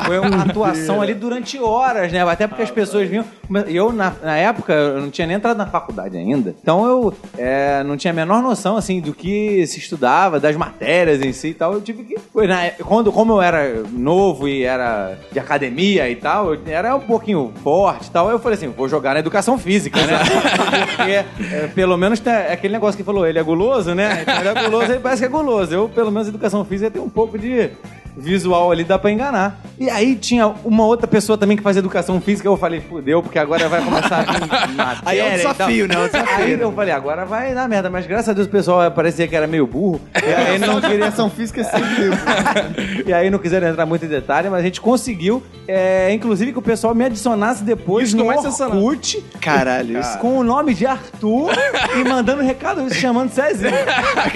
E: Foi
Q: <laughs>
E: uma atuação ali durante horas, né? Até
Q: Ah,
E: porque as pessoas vinham. Eu, na, na época, eu não tinha nem entrado na faculdade ainda. Então eu é, não tinha a menor noção, assim, do que se estudava, das matérias em si e tal. Eu tive que. foi na é- quando, como eu era novo e era de academia e tal, eu era um pouquinho forte e tal. Eu falei assim: vou jogar na educação física,
H: <laughs>
E: né? Porque é, pelo menos tá- é aquele negócio que falou, ele é guloso, né? Então ele é guloso, ele parece que é guloso. Eu, pelo menos, educação física tem um pouco de visual ali dá pra enganar. E aí tinha uma outra pessoa também que fazia educação física, eu falei, fudeu, porque agora vai começar a vir
H: <laughs>
E: matéria
H: Aí é um
E: e tal.
H: desafio, né? É um desafio,
E: Aí
H: né?
E: eu falei, agora vai dar merda, mas graças a Deus o pessoal eh, parecia que era meio
H: <laughs>
E: burro, e aí não queria...
Q: Educação física é
E: <laughs>
Q: sempre.
E: e aí não quiseram entrar muito em detalhe, mas a gente conseguiu, é, inclusive que o pessoal me adicionasse depois
A: Isso que
E: no
A: é mais sensacional.
E: Orkut,
H: Caralho, isso.
E: com o nome de Arthur e mandando recado, chamando Cezinha.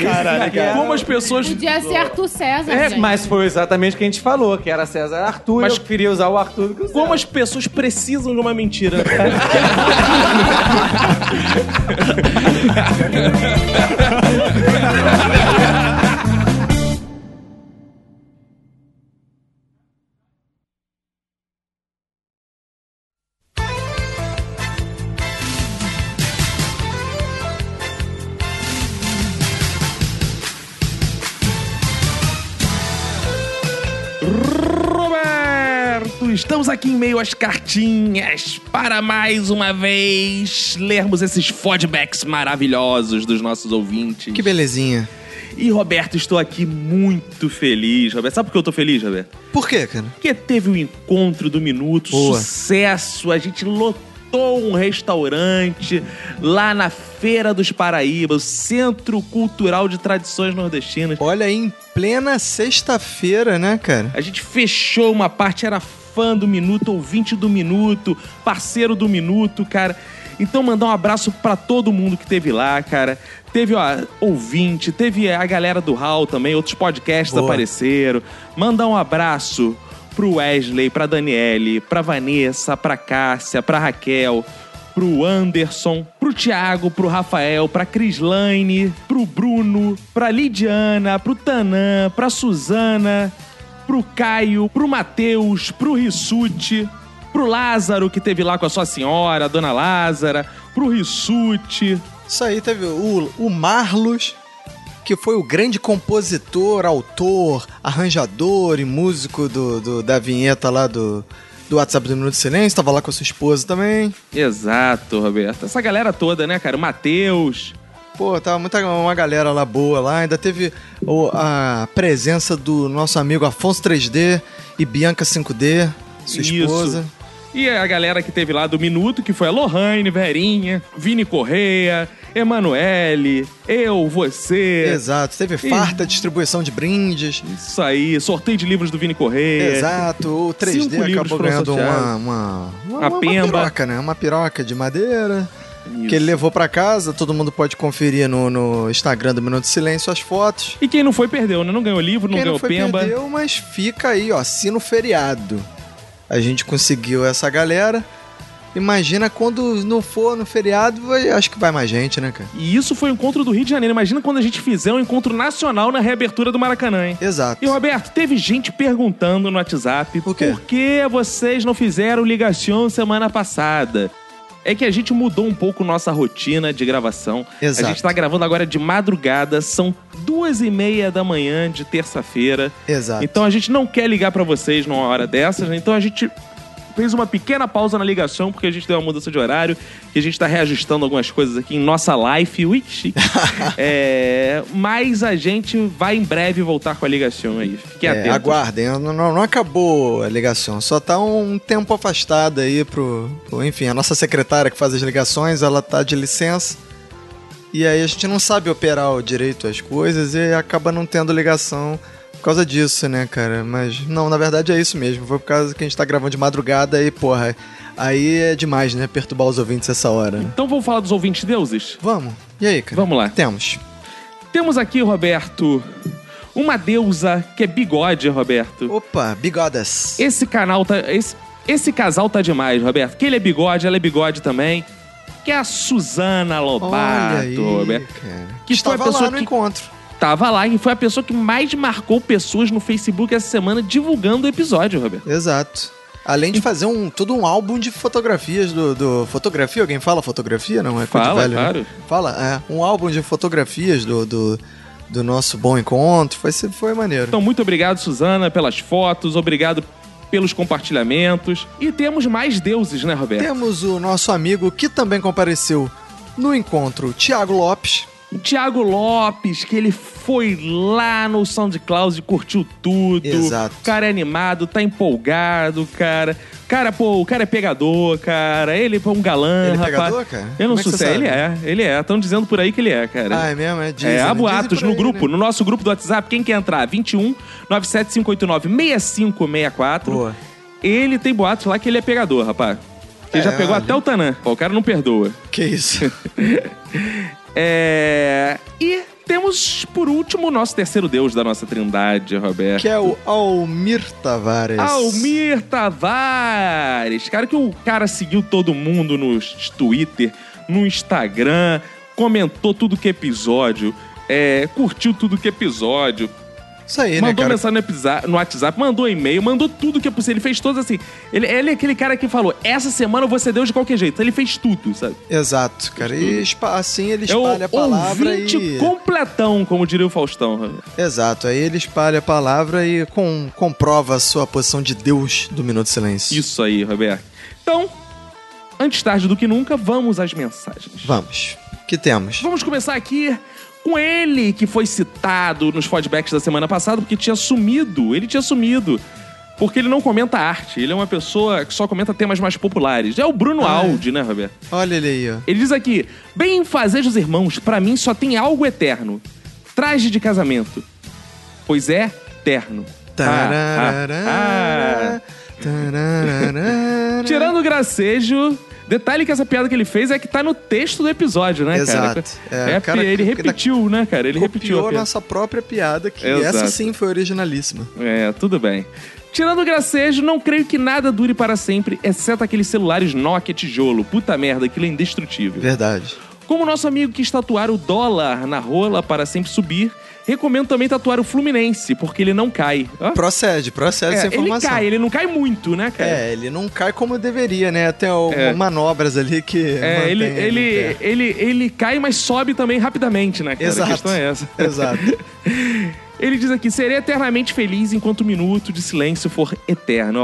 E: Caralho,
A: Como as pessoas.
F: Podia ser Arthur César,
E: É,
F: gente.
E: mas foi exatamente o que a gente falou, que era César Arthur,
A: Mas-
E: mas eu queria usar o Arthur do que o César.
A: Como as pessoas precisam de uma mentira. Roberto, estamos aqui em meio às cartinhas para mais uma vez lermos esses feedbacks maravilhosos dos nossos ouvintes.
H: Que belezinha.
A: E Roberto, estou aqui muito feliz, Roberto. Sabe por que eu tô feliz, Roberto?
H: Por quê, cara?
A: Porque teve o encontro do minuto,
H: Boa.
A: sucesso, a gente lotou um restaurante lá na Feira dos Paraíbas, Centro Cultural de Tradições Nordestinas.
H: Olha aí, em plena sexta-feira, né, cara?
A: A gente fechou uma parte, era fã do Minuto, ouvinte do Minuto, parceiro do Minuto, cara. Então mandar um abraço pra todo mundo que teve lá, cara. Teve, ó, ouvinte, teve a galera do Hall também, outros podcasts
H: Boa.
A: apareceram. Mandar um abraço pro Wesley, pra Daniele, pra Vanessa, pra Cássia, pra Raquel, pro Anderson, pro Thiago, pro Rafael, pra Crislaine, pro Bruno, pra Lidiana, pro Tanã, pra Suzana, pro Caio, pro Matheus, pro Rissuti, pro Lázaro, que teve lá com a sua senhora, a dona Lázara, pro Rissuti.
H: Isso aí teve o, o Marlos, que foi o grande compositor, autor, arranjador e músico do, do- da vinheta lá do, do WhatsApp do Minuto de Silêncio. Tava lá com a sua esposa também.
A: Exato, Roberto. Essa galera toda, né, cara? O Matheus.
H: Pô, tava muita, uma galera lá boa lá. Ainda teve o- a presença do nosso amigo Afonso 3D e Bianca 5D, sua
A: Isso.
H: esposa.
A: E a galera que teve lá do Minuto, que foi a Lohane, Verinha, Vini Correia, Emanuele, eu, você.
H: Exato. Teve farta distribuição de brindes.
A: é. Isso aí, sorteio de livros do Vini Correia.
H: Exato, o 3D
A: Cinco livros
H: acabou
A: foram
H: ganhando uma,
A: sorteados.
H: uma, uma,
A: Uma
H: uma
A: pemba.
H: piroca, né? Uma piroca de madeira
A: Isso.
H: que ele levou pra casa. Todo mundo pode conferir no, no Instagram do Minuto de Silêncio as fotos.
A: E quem não foi, perdeu, né? Não ganhou livro, não
H: Quem
A: ganhou
H: não foi
A: pemba.
H: perdeu, mas fica aí, ó, sino feriado. A gente conseguiu essa galera. Imagina quando não for no feriado, vai- acho que vai mais gente, né, cara?
A: E isso foi o encontro do Rio de Janeiro. Imagina quando a gente fizer um encontro nacional na reabertura do Maracanã, hein?
H: Exato.
A: E Roberto, teve gente perguntando no WhatsApp
H: O quê?
A: por que vocês não fizeram ligação semana passada. É que a gente mudou um pouco nossa rotina de gravação.
H: Exato.
A: A gente tá gravando agora de madrugada, são duas e meia da manhã de terça-feira.
H: Exato.
A: Então a gente não quer ligar pra vocês numa hora dessas, né? então a gente fez uma pequena pausa na ligação, porque a gente deu uma mudança de horário, que a gente tá reajustando algumas coisas aqui em nossa live. Ui, que
H: <laughs>
A: chique. É, mas a gente vai em breve voltar com a ligação aí. Fiquem
H: É,
A: atentos.
H: aguardem, não, não- não acabou a ligação, só tá um tempo afastada aí pro, pro- Enfim, a nossa secretária que faz as ligações, ela tá de licença. E aí a gente não sabe operar o direito as coisas e acaba não tendo ligação por causa disso, né, cara? Mas não, na verdade é isso mesmo. Foi por causa que a gente tá gravando de madrugada e, porra, aí é demais, né? Perturbar os ouvintes essa hora. né?
A: Então vamos falar dos ouvintes deuses?
H: Vamos. E aí, cara?
A: Vamos lá.
H: Temos.
A: Temos aqui, Roberto, uma deusa que é bigode, Roberto.
H: Opa, bigodas.
A: Esse canal tá. Esse, esse casal tá demais, Roberto. Que ele é bigode, ela é bigode também. Que é a Suzana
H: Olha
A: Lobato,
H: aí,
A: Roberto.
H: cara.
A: Que foi a
H: Estava lá
A: pessoa
H: no
A: que
H: encontro.
A: tava lá e foi a pessoa que mais marcou pessoas no Facebook essa semana divulgando o episódio, Roberto.
H: Exato. Além de fazer um todo um álbum de fotografias do, do- fotografia, alguém fala fotografia? Não é coisa de
A: Fala,
H: velho, né?
A: claro.
H: Fala, é, um álbum de fotografias do, do, do nosso bom encontro. Foi foi maneiro.
A: Então, muito obrigado, Suzana, pelas fotos, obrigado pelos compartilhamentos. E temos mais deuses, né, Roberto?
H: Temos o nosso amigo que também compareceu no encontro, Thiago Lopes.
A: O Thiago Lopes, que ele foi lá no SoundCloud e curtiu tudo.
H: Exato.
A: O cara é animado, tá empolgado, cara. Cara, pô, o cara é pegador, cara. Ele é um galã,
H: Ele é
A: rapaz.
H: pegador, cara?
A: Eu não
H: Como é que
A: sei
H: você
A: se é,
H: sabe?
A: ele é, ele é. Estão dizendo por aí que ele é, cara.
H: Ah, é mesmo? É, dizem,
A: É,
H: né?
A: há
H: Dizem
A: boatos
H: por
A: no
H: aí,
A: grupo,
H: né?
A: no nosso grupo do WhatsApp, quem quer entrar? 21 97589 6564.
H: Boa.
A: Ele tem boatos lá que ele é pegador, rapaz. Que
H: É,
A: já pegou
H: olha.
A: até o Tanã. Pô, o cara não perdoa.
H: Que isso?
A: <laughs> É... E temos, por último, o nosso terceiro deus da nossa trindade, Roberto.
H: que é o Almir Tavares.
A: Almir Tavares. Cara, que o cara seguiu todo mundo no Twitter, no Instagram, comentou tudo que é episódio, é, curtiu tudo que é episódio,
H: Isso aí, né,
A: mandou
H: cara?
A: mensagem no, episa- no WhatsApp, mandou e-mail, mandou tudo que é possível. Ele fez todos assim. Ele, ele é aquele cara que falou: essa semana eu vou ser Deus de qualquer jeito. Ele fez tudo, sabe?
H: Exato, cara. E espa- assim ele
A: Uhum. É o
H: espalha a palavra
A: ouvinte
H: e...
A: completão, como diria o Faustão.
H: Exato, aí ele espalha a palavra e com- comprova a sua posição de Deus do Minuto de Silêncio.
A: Isso aí, Roberto. Então, antes tarde do que nunca, vamos às mensagens.
H: Vamos. que temos?
A: Vamos começar aqui com ele, que foi citado nos feedbacks da semana passada, porque tinha sumido. Ele tinha sumido. Porque ele não comenta arte. Ele é uma pessoa que só comenta temas mais populares. É o Bruno
H: Ah, é.
A: Aldi, né, Roberto?
H: Olha ele aí, ó.
A: Ele diz aqui: Bem fazejos irmãos, pra mim só tem algo eterno. Traje de casamento. Pois é, terno.
H: Tararara,
A: Ah, ah, ah. <laughs>
H: tararara.
A: Tirando o gracejo. Detalhe que essa piada que ele fez é que tá no texto do episódio, né, cara?
H: Exato. É,
A: É, a
H: o cara
A: pi- ele
H: que- tá
A: repetiu, né, cara? Ele repetiu.
H: Copiou
A: a
H: a
A: piada.
H: nossa própria piada, que
A: Exato.
H: essa sim foi originalíssima.
A: É, tudo bem. Tirando o gracejo, não creio que nada dure para sempre, exceto aqueles celulares Nokia tijolo. Puta merda, aquilo é indestrutível.
H: Verdade.
A: Como nosso amigo quis tatuar o dólar na rola para sempre subir, recomendo também tatuar o Fluminense, porque ele não cai. Hã?
H: Procede, procede
A: É,
H: essa
A: ele
H: informação.
A: cai, ele não cai muito, né, cara?
H: É, ele não cai como deveria, né? Tem algumas
A: É.
H: manobras ali que.
A: É,
H: mantém
A: ele,
H: ele
A: ele,
H: em pé.
A: ele, ele, cai, mas sobe também rapidamente, né, cara?
H: Exato.
A: A questão é essa.
H: <laughs> Exato.
A: Ele diz aqui: serei eternamente feliz enquanto o minuto de silêncio for eterno.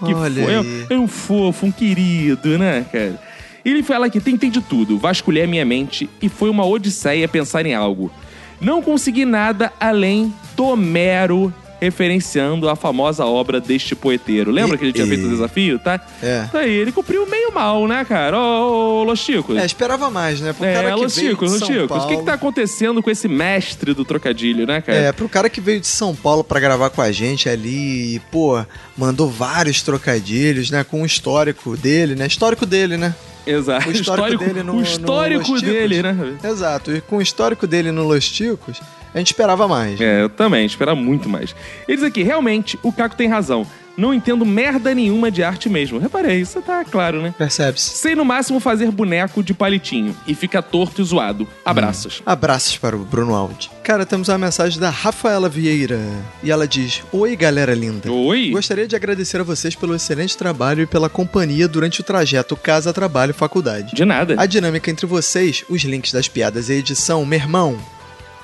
A: Oh, que
H: Olha
A: fo- é,
H: aí.
A: é um fofo, um querido, né, cara? Ele fala que tentei de tudo, vasculhei a minha mente e foi uma odisseia pensar em algo. Não consegui nada além do mero referenciando a famosa obra deste poeteiro. Lembra que ele tinha
H: E-
A: feito o desafio, tá?
H: É.
A: Tá aí, ele cumpriu meio mal, né, cara? Ô, ô, ô Lochico.
H: É, esperava mais, né? Pro cara
A: É,
H: que
A: Alô,
H: veio
A: Chico,
H: de
A: Alô,
H: São
A: Chico. O que,
H: Paulo.
A: que tá acontecendo com esse mestre do trocadilho, né, cara?
H: É, pro cara que veio de São Paulo pra gravar com a gente ali e, pô, mandou vários trocadilhos, né? Com o histórico dele, né? Histórico dele, né?
A: Exato.
H: O histórico dele no-
A: o histórico
H: no Los
A: dele,
H: Ticos.
A: né?
H: Exato. E com o histórico dele no Los Ticos, a gente esperava mais. né?
A: É, eu também, esperava muito mais. Ele diz aqui, realmente, o Caco tem razão. Não entendo merda nenhuma de arte mesmo. Reparei, isso tá claro, né?
H: Percebe-se.
A: Sei no máximo fazer boneco de palitinho e fica torto e zoado. Abraços.
H: Abraços para o Bruno Aldi. Cara, temos uma mensagem da Rafaela Vieira. E ela diz: Oi, galera linda.
A: Oi?
H: Gostaria de agradecer a vocês pelo excelente trabalho e pela companhia durante o trajeto Casa Trabalho Faculdade.
A: De nada.
H: A dinâmica entre vocês, os links das piadas e a edição, meu irmão,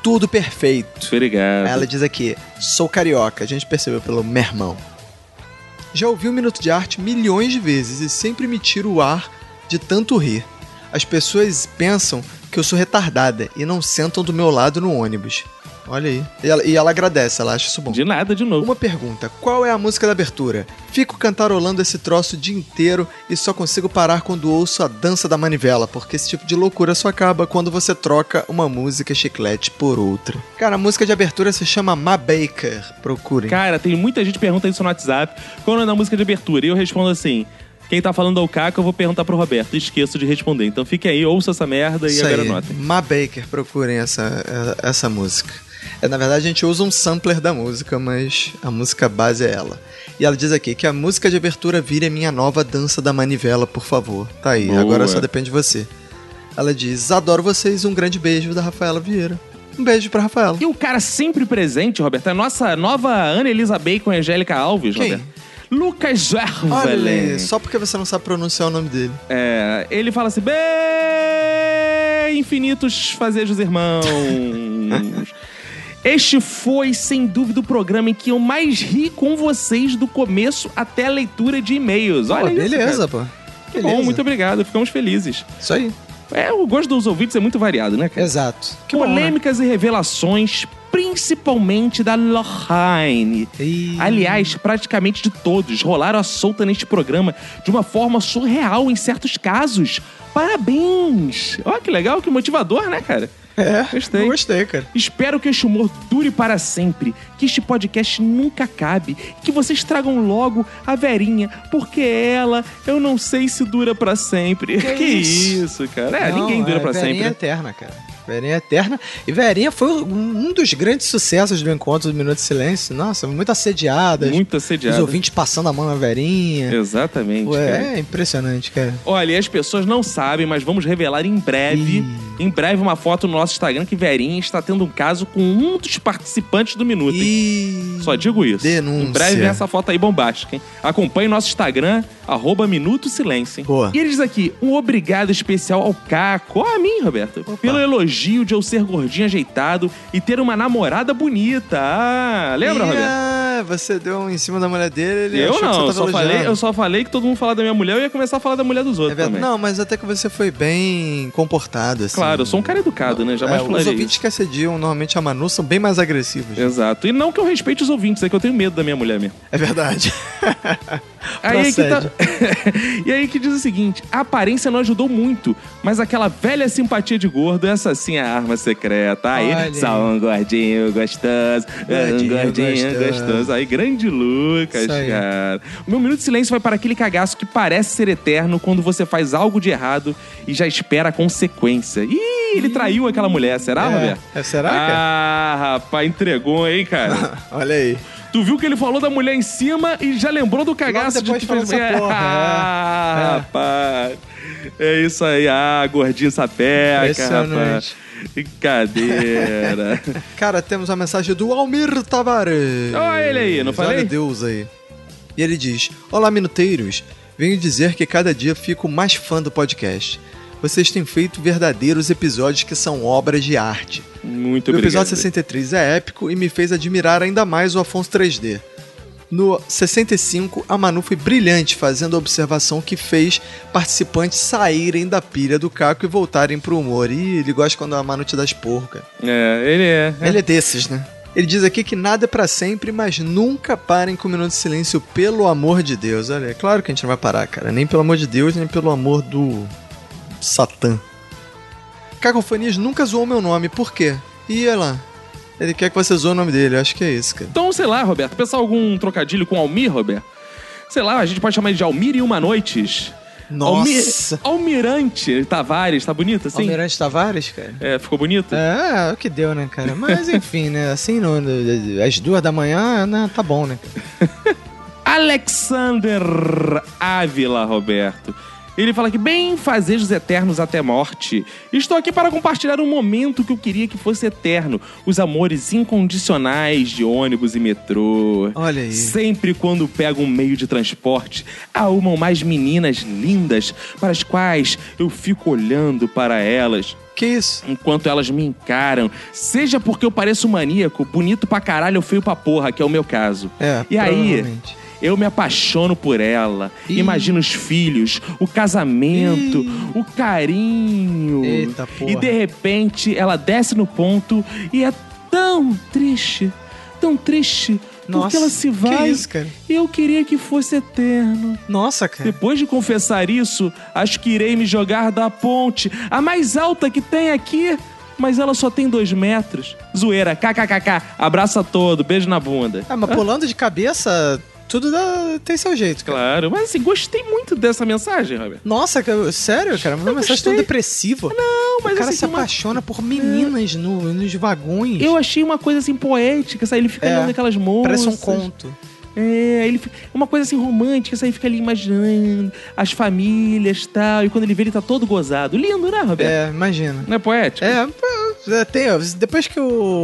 H: tudo perfeito.
A: Obrigado.
H: é Ela diz aqui, sou carioca, a gente percebeu pelo meu irmão. Já ouvi o Minuto de Arte milhões de vezes e sempre me tiro o ar de tanto rir. As pessoas pensam que eu sou retardada e não sentam do meu lado no ônibus. Olha aí. E ela, e ela agradece, ela acha isso bom.
A: De nada, de novo.
H: Uma pergunta: qual é a música da abertura? Fico cantarolando esse troço o dia inteiro e só consigo parar quando ouço a dança da manivela, porque esse tipo de loucura só acaba quando você troca uma música chiclete por outra. Cara, a música de abertura se chama Ma Baker. Procurem.
A: Cara, tem muita gente que pergunta isso no WhatsApp. Qual é o nome da música de abertura? E eu respondo assim. Quem tá falando é o Caco, eu vou perguntar pro Roberto. Esqueço de responder. Então fique aí, ouça essa merda e
H: Isso
A: agora
H: aí.
A: anotem.
H: Ma Baker, procurem essa, é- essa música. É, na verdade, a gente usa um sampler da música, mas a música base é ela. E ela diz aqui que a música de abertura vire a minha nova dança da manivela, por favor. Tá aí,
L: Boa.
H: agora só depende de você. Ela diz: Adoro vocês, um grande beijo da Rafaela Vieira. Um beijo pra Rafaela.
A: E um cara sempre presente, Roberto, é a nossa nova Ana Elisa Bacon e Angélica Alves,
H: Quem?
A: Roberto. Lucas
H: Olha, aí,
A: Gervais.
H: só porque você não sabe pronunciar o nome dele.
A: É, ele fala assim, bem infinitos fazejos
H: <laughs>
A: irmãos. Este foi, sem dúvida, o programa em que eu mais ri com vocês do começo até a leitura de e-mails. Olha
H: Pô,
A: isso,
H: beleza, pô.
A: cara. Que bom, muito obrigado. Ficamos felizes.
H: Isso aí.
A: É, o gosto dos ouvintes é muito variado, né, cara?
H: Exato. Que bom, né?
A: Polêmicas e revelações, principalmente da Lorraine.
H: Ih.
A: Aliás, praticamente de todos rolaram a solta neste programa de uma forma surreal em certos casos. Parabéns! Olha que legal, que motivador, né, cara?
H: É,
A: Gostei.
H: Gostei, cara.
A: Espero que este humor dure para sempre, que este podcast nunca acabe, que vocês tragam logo a Verinha, porque ela, eu não sei se dura para sempre. <laughs> Que, isso? cara? É,
H: Não,
A: ninguém dura
H: é,
A: para
H: Verinha
A: sempre. né?
H: eterna, cara. Verinha eterna. E Verinha foi um um dos grandes sucessos do Encontro do Minuto de Silêncio. Nossa, muito assediada.
A: Muito
H: Os
A: assediado.
H: ouvintes né? passando a mão na Verinha.
A: Exatamente.
H: Pô,
A: cara.
H: é impressionante, cara.
A: Olha, e as pessoas não sabem, mas vamos revelar em breve, em breve uma foto no nosso Instagram que Verinha está tendo um caso com um dos participantes do Minuto. hein?
H: E...
A: Só digo isso.
H: Denúncia.
A: Em breve vem essa foto aí bombástica, hein? Acompanhe nosso Instagram, arroba Minuto Silêncio, hein?
H: Boa.
A: E eles aqui, um obrigado especial ao Caco, ó, a mim, Roberto, pelo elogio de eu ser gordinho ajeitado e ter uma namorada bonita. Ah, lembra,
H: Ih,
A: Roberto?
H: ah, você deu um em cima da mulher dele, ele
A: Eu
H: achou que
A: não,
H: você
A: eu
H: tava
A: só,
H: elogiando.
A: falei, eu só falei que todo mundo falava da minha mulher, eu ia começar a falar da mulher dos
H: É
A: outros
H: verdade.
A: também.
H: Não, mas até que você foi bem comportado, assim.
A: Claro, eu sou um cara educado, né? Jamais
H: é, Os
A: falaria
H: ouvintes
A: isso.
H: que assediam normalmente a Manu são bem mais agressivos.
A: Exato. E não que eu respeite os ouvintes, é que eu tenho medo da minha mulher mesmo.
H: É verdade.
A: Aí é que tá...
H: Procede.
A: <laughs> e aí que diz o seguinte: a aparência não ajudou muito, mas aquela velha simpatia de gordo, essa sim é a arma secreta. Aí,
H: Olha aí.
A: só um gordinho gostoso, um
H: Gordinho
A: gordinho gostoso.
H: gostoso.
A: Aí, grande Lucas,
H: Isso aí.
A: cara. O meu minuto de silêncio vai para aquele cagaço que parece ser eterno quando você faz algo de errado e já espera a consequência. Ih, ele traiu aquela mulher, será,
H: É.
A: Roberto?
H: É, será, cara?
A: Ah, rapaz, entregou, hein,
H: <laughs>
A: cara?
H: Olha aí.
A: tu viu que ele falou da mulher em cima e já lembrou do cagaço
H: depois
A: de
H: falou essa porra,
A: <laughs> Ah,
H: é.
A: rapaz. É isso aí. Ah, gordinho sapeca, rapaz.
H: Impressionante.
A: Brincadeira.
H: <laughs> Cara, temos a mensagem do Almir Tavares.
A: Olha ele aí, não falei?
H: Olha Deus aí. E ele diz: Olá, minuteiros. Venho dizer que cada dia fico mais fã do podcast. Vocês têm feito verdadeiros episódios que são obras de arte.
A: Muito
H: o
A: obrigado.
H: episódio 63 é épico e me fez admirar ainda mais o Afonso 3D. No 65, a Manu foi brilhante fazendo a observação que fez participantes saírem da pilha do caco e voltarem pro humor. Ih, ele gosta quando a Manu te dá esporro, cara.
A: É, ele é.
H: Ele é desses, né? Ele diz aqui que nada é pra sempre, mas nunca parem com o Minuto de Silêncio, pelo amor de Deus. Olha, é claro que a gente não vai parar, cara. Nem pelo amor de Deus, nem pelo amor do. Satã. Cacofonias nunca zoou meu nome, por quê? E olha lá. Ele quer que você zoe o nome dele, eu acho que é isso, cara.
A: Então, sei lá, Roberto, pensar algum trocadilho com Almir, Roberto? Sei lá, a gente pode chamar ele de Almir e Uma Noites.
H: Nossa!
A: Almi- Almirante Tavares, tá bonito assim?
H: Almirante Tavares, cara?
A: É, ficou bonito?
H: É, é o que deu, né, cara? Mas enfim, né? Assim, no, no- às duas da manhã, né, tá bom, né? cara?
A: Alexander Ávila, Roberto. Ele fala que bem fazejos eternos até morte. Estou aqui para compartilhar um momento que eu queria que fosse eterno. Os amores incondicionais de ônibus e metrô.
H: Olha aí.
A: Sempre quando pego um meio de transporte, há uma ou mais meninas lindas para as quais eu fico olhando para elas
H: Que isso?
A: enquanto elas me encaram. Seja porque eu pareço maníaco, bonito pra caralho ou feio pra porra, que é o meu caso.
H: É,
A: E aí,
H: provavelmente.
A: Eu me apaixono por ela. Imagino os filhos, o casamento, o carinho.
H: Eita porra.
A: E de repente ela desce no ponto e é tão triste, tão triste, porque
H: Nossa,
A: ela se
H: que
A: vai.
H: isso, É. cara?
A: Eu queria que fosse eterno.
H: Nossa, cara.
A: Depois de confessar isso, acho que irei me jogar da ponte, a mais alta que tem aqui, mas ela só tem dois metros. Zoeira, kkkk, abraça todo, beijo na bunda.
H: Ah, mas pulando de cabeça, tudo dá- tem seu jeito, cara.
A: Claro, mas assim, gostei muito dessa mensagem, Robert.
H: Nossa, cara, sério, cara, uma mensagem tão depressiva.
A: Não, mas
H: o cara
A: assim,
H: se
A: tem uma-
H: apaixona por meninas no- nos vagões.
A: Eu achei uma coisa assim poética, sabe? Ele fica
H: É,
A: olhando aquelas moças.
H: Parece um conto.
A: É, ele fica, uma coisa assim romântica, sabe? Ele fica ali imaginando as famílias e tal. E quando ele vê, ele tá todo gozado. Lindo, né, Roberto?
H: É, imagina.
A: Não é poético?
H: É, pô, é, tem, ó, depois que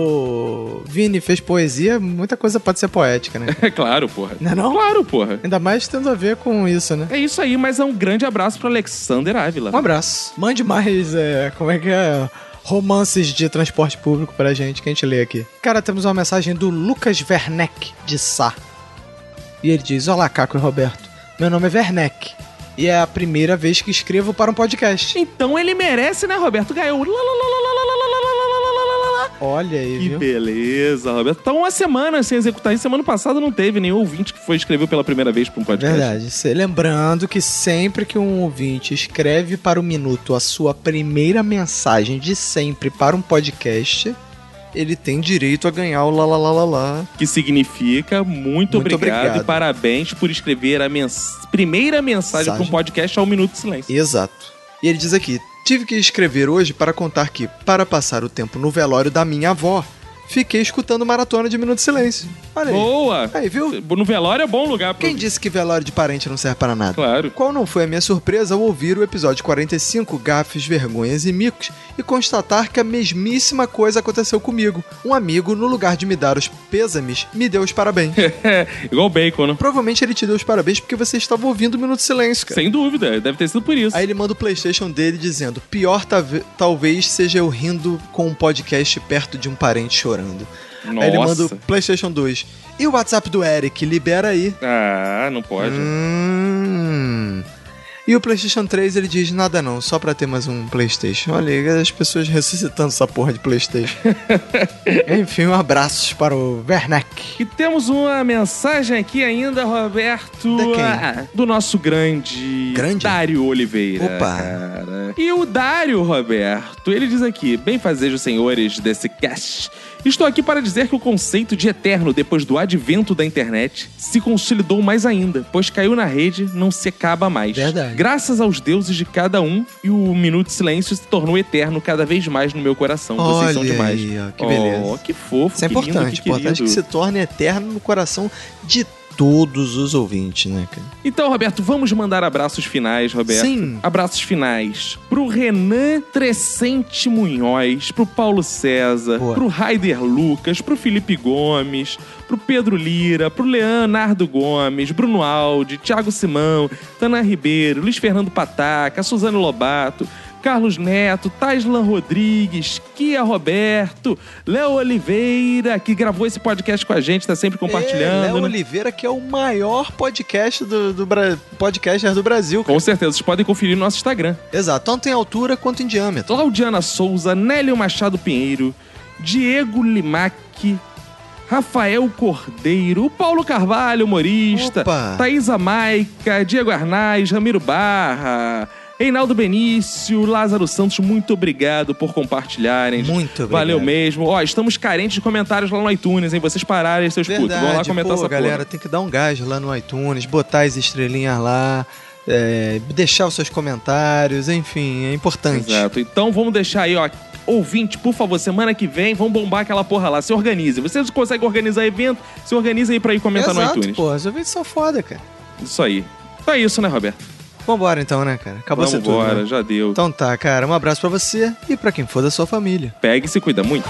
H: o Vini fez poesia, muita coisa pode ser poética, né?
A: É <laughs> claro, porra.
H: Não é não?
A: Claro, porra.
H: Ainda mais tendo a ver com isso, né?
A: É isso aí, mas é um grande abraço pro Alexander Ávila.
H: Um abraço. Mande mais, é, como é que é? Romances de transporte público pra gente, que a gente lê aqui. Cara, temos uma mensagem do Lucas Werneck, de Sá. E ele diz: Olá, Caco e Roberto. Meu nome é Werneck. E é a primeira vez que escrevo para um podcast.
A: Então ele merece, né, Roberto? Ganhou. Lá, lá, lá, lá, lá, lá, lá, lá, lá, lá, lá, lá, lá.
H: Olha aí,
A: Que
H: viu?
A: beleza, Roberto. Tá uma semana sem executar isso. Semana passada não teve nenhum ouvinte que foi escrever pela primeira vez pra um podcast.
H: Verdade. Cê- Lembrando que sempre que um ouvinte escreve para o minuto a sua primeira mensagem de sempre para um podcast, ele tem direito a ganhar o lá lá lá lá lá.
A: Que significa muito,
H: Muito
A: obrigado, e
H: obrigado.
A: parabéns por escrever a mens- primeira mensagem para um
H: Mensagem.
A: podcast ao Minuto de Silêncio.
H: Exato. E ele diz aqui: tive que escrever hoje para contar que, para passar o tempo no velório da minha avó, fiquei escutando maratona de Minuto de Silêncio. Olha aí.
A: Boa!
H: Aí, viu?
A: No velório é bom lugar pra.
H: Quem disse que velório de parente não serve para nada?
A: Claro.
H: Qual não foi a minha surpresa ao ouvir o episódio 45, Gafes, Vergonhas e Micos, e constatar que a mesmíssima coisa aconteceu comigo. Um amigo, no lugar de me dar os pêsames, me deu
A: <laughs>
H: os parabéns.
A: Igual bacon, né?
H: Provavelmente ele te deu os parabéns porque você estava ouvindo o Minuto de Silêncio, cara.
A: Sem dúvida, deve ter sido por isso.
H: Aí ele manda o PlayStation dele dizendo: Pior talve- talvez seja eu rindo com um podcast perto de um parente chorando.
A: Nossa.
H: Aí ele manda o PlayStation 2. E o WhatsApp do Eric, libera aí.
A: Ah, não pode.
H: Hum. E o PlayStation 3 ele diz nada não, só pra ter mais um PlayStation. Olha, aí, as pessoas ressuscitando essa porra de PlayStation.
A: <laughs>
H: Enfim, um abraço para o Werneck.
A: E temos uma mensagem aqui ainda, Roberto.
H: De quem?
A: Ah, do nosso grande,
H: Grande?
A: Dário Oliveira.
H: Opa.
A: cara. E o Dário, Roberto, ele diz aqui: bem fazer os senhores desse cast. Estou aqui para dizer que o conceito de eterno depois do advento da internet se consolidou mais ainda, pois caiu na rede, não se acaba mais.
H: Verdade.
A: Graças aos deuses de cada um, e o Minuto de Silêncio se tornou eterno cada vez mais no meu coração. Vocês são
H: Olha
A: demais.
H: aí, ó, que beleza.
A: Oh, que fofo.
H: Isso é
A: que lindo,
H: importante,
A: que
H: importante que
A: querido.
H: se torne eterno no coração de todos os ouvintes, né, cara?
A: Então, Roberto, vamos mandar abraços finais, Roberto.
H: Sim.
A: Abraços finais pro Renan Trescente Munhoz, pro Paulo César,
H: Boa.
A: pro Raider Lucas, pro Felipe Gomes, pro Pedro Lira, pro Leonardo Gomes, Bruno Aldi, Thiago Simão, Tana Ribeiro, Luiz Fernando Pataca, Suzano Lobato, Carlos Neto, Taislan Rodrigues, Kia Roberto, Léo Oliveira, que gravou esse podcast com a gente, tá sempre compartilhando.
H: É, Léo
A: né?
H: Oliveira, que é o maior podcast do, do Bra- podcaster do Brasil, cara.
A: Com certeza, vocês podem conferir no nosso Instagram.
H: Exato, tanto em altura quanto em diâmetro.
A: Claudiana Souza, Nélio Machado Pinheiro, Diego Limac, Rafael Cordeiro, o Paulo Carvalho, humorista,
H: Opa.
A: Thaisa Maica, Diego Arnaz, Ramiro Barra, Reinaldo Benício, Lázaro Santos, muito obrigado por compartilharem.
H: Muito obrigado.
A: Valeu mesmo. Ó, estamos carentes de comentários lá no iTunes, hein? Vocês pararem seus putos. Vão lá comentar
H: pô,
A: essa porra.
H: galera, tem que dar um gás lá no iTunes, botar as estrelinhas lá, é, deixar os seus comentários, enfim, é importante.
A: Exato. Então vamos deixar aí, ó. Ouvinte, por favor, semana que vem, vamos bombar aquela porra lá. Se organize. Vocês conseguem organizar evento, se organiza aí pra ir comentar no
H: Exato,
A: iTunes.
H: pô, os ouvintes são foda, cara.
A: Isso aí. Então é isso, né, Roberto?
H: Vambora então, né, cara? Acabou
A: vamos
H: ser tudo.
A: embora,
H: né?
A: já deu.
H: Então tá, cara, um abraço pra você e pra quem for da sua família.
A: Pega e se cuida muito.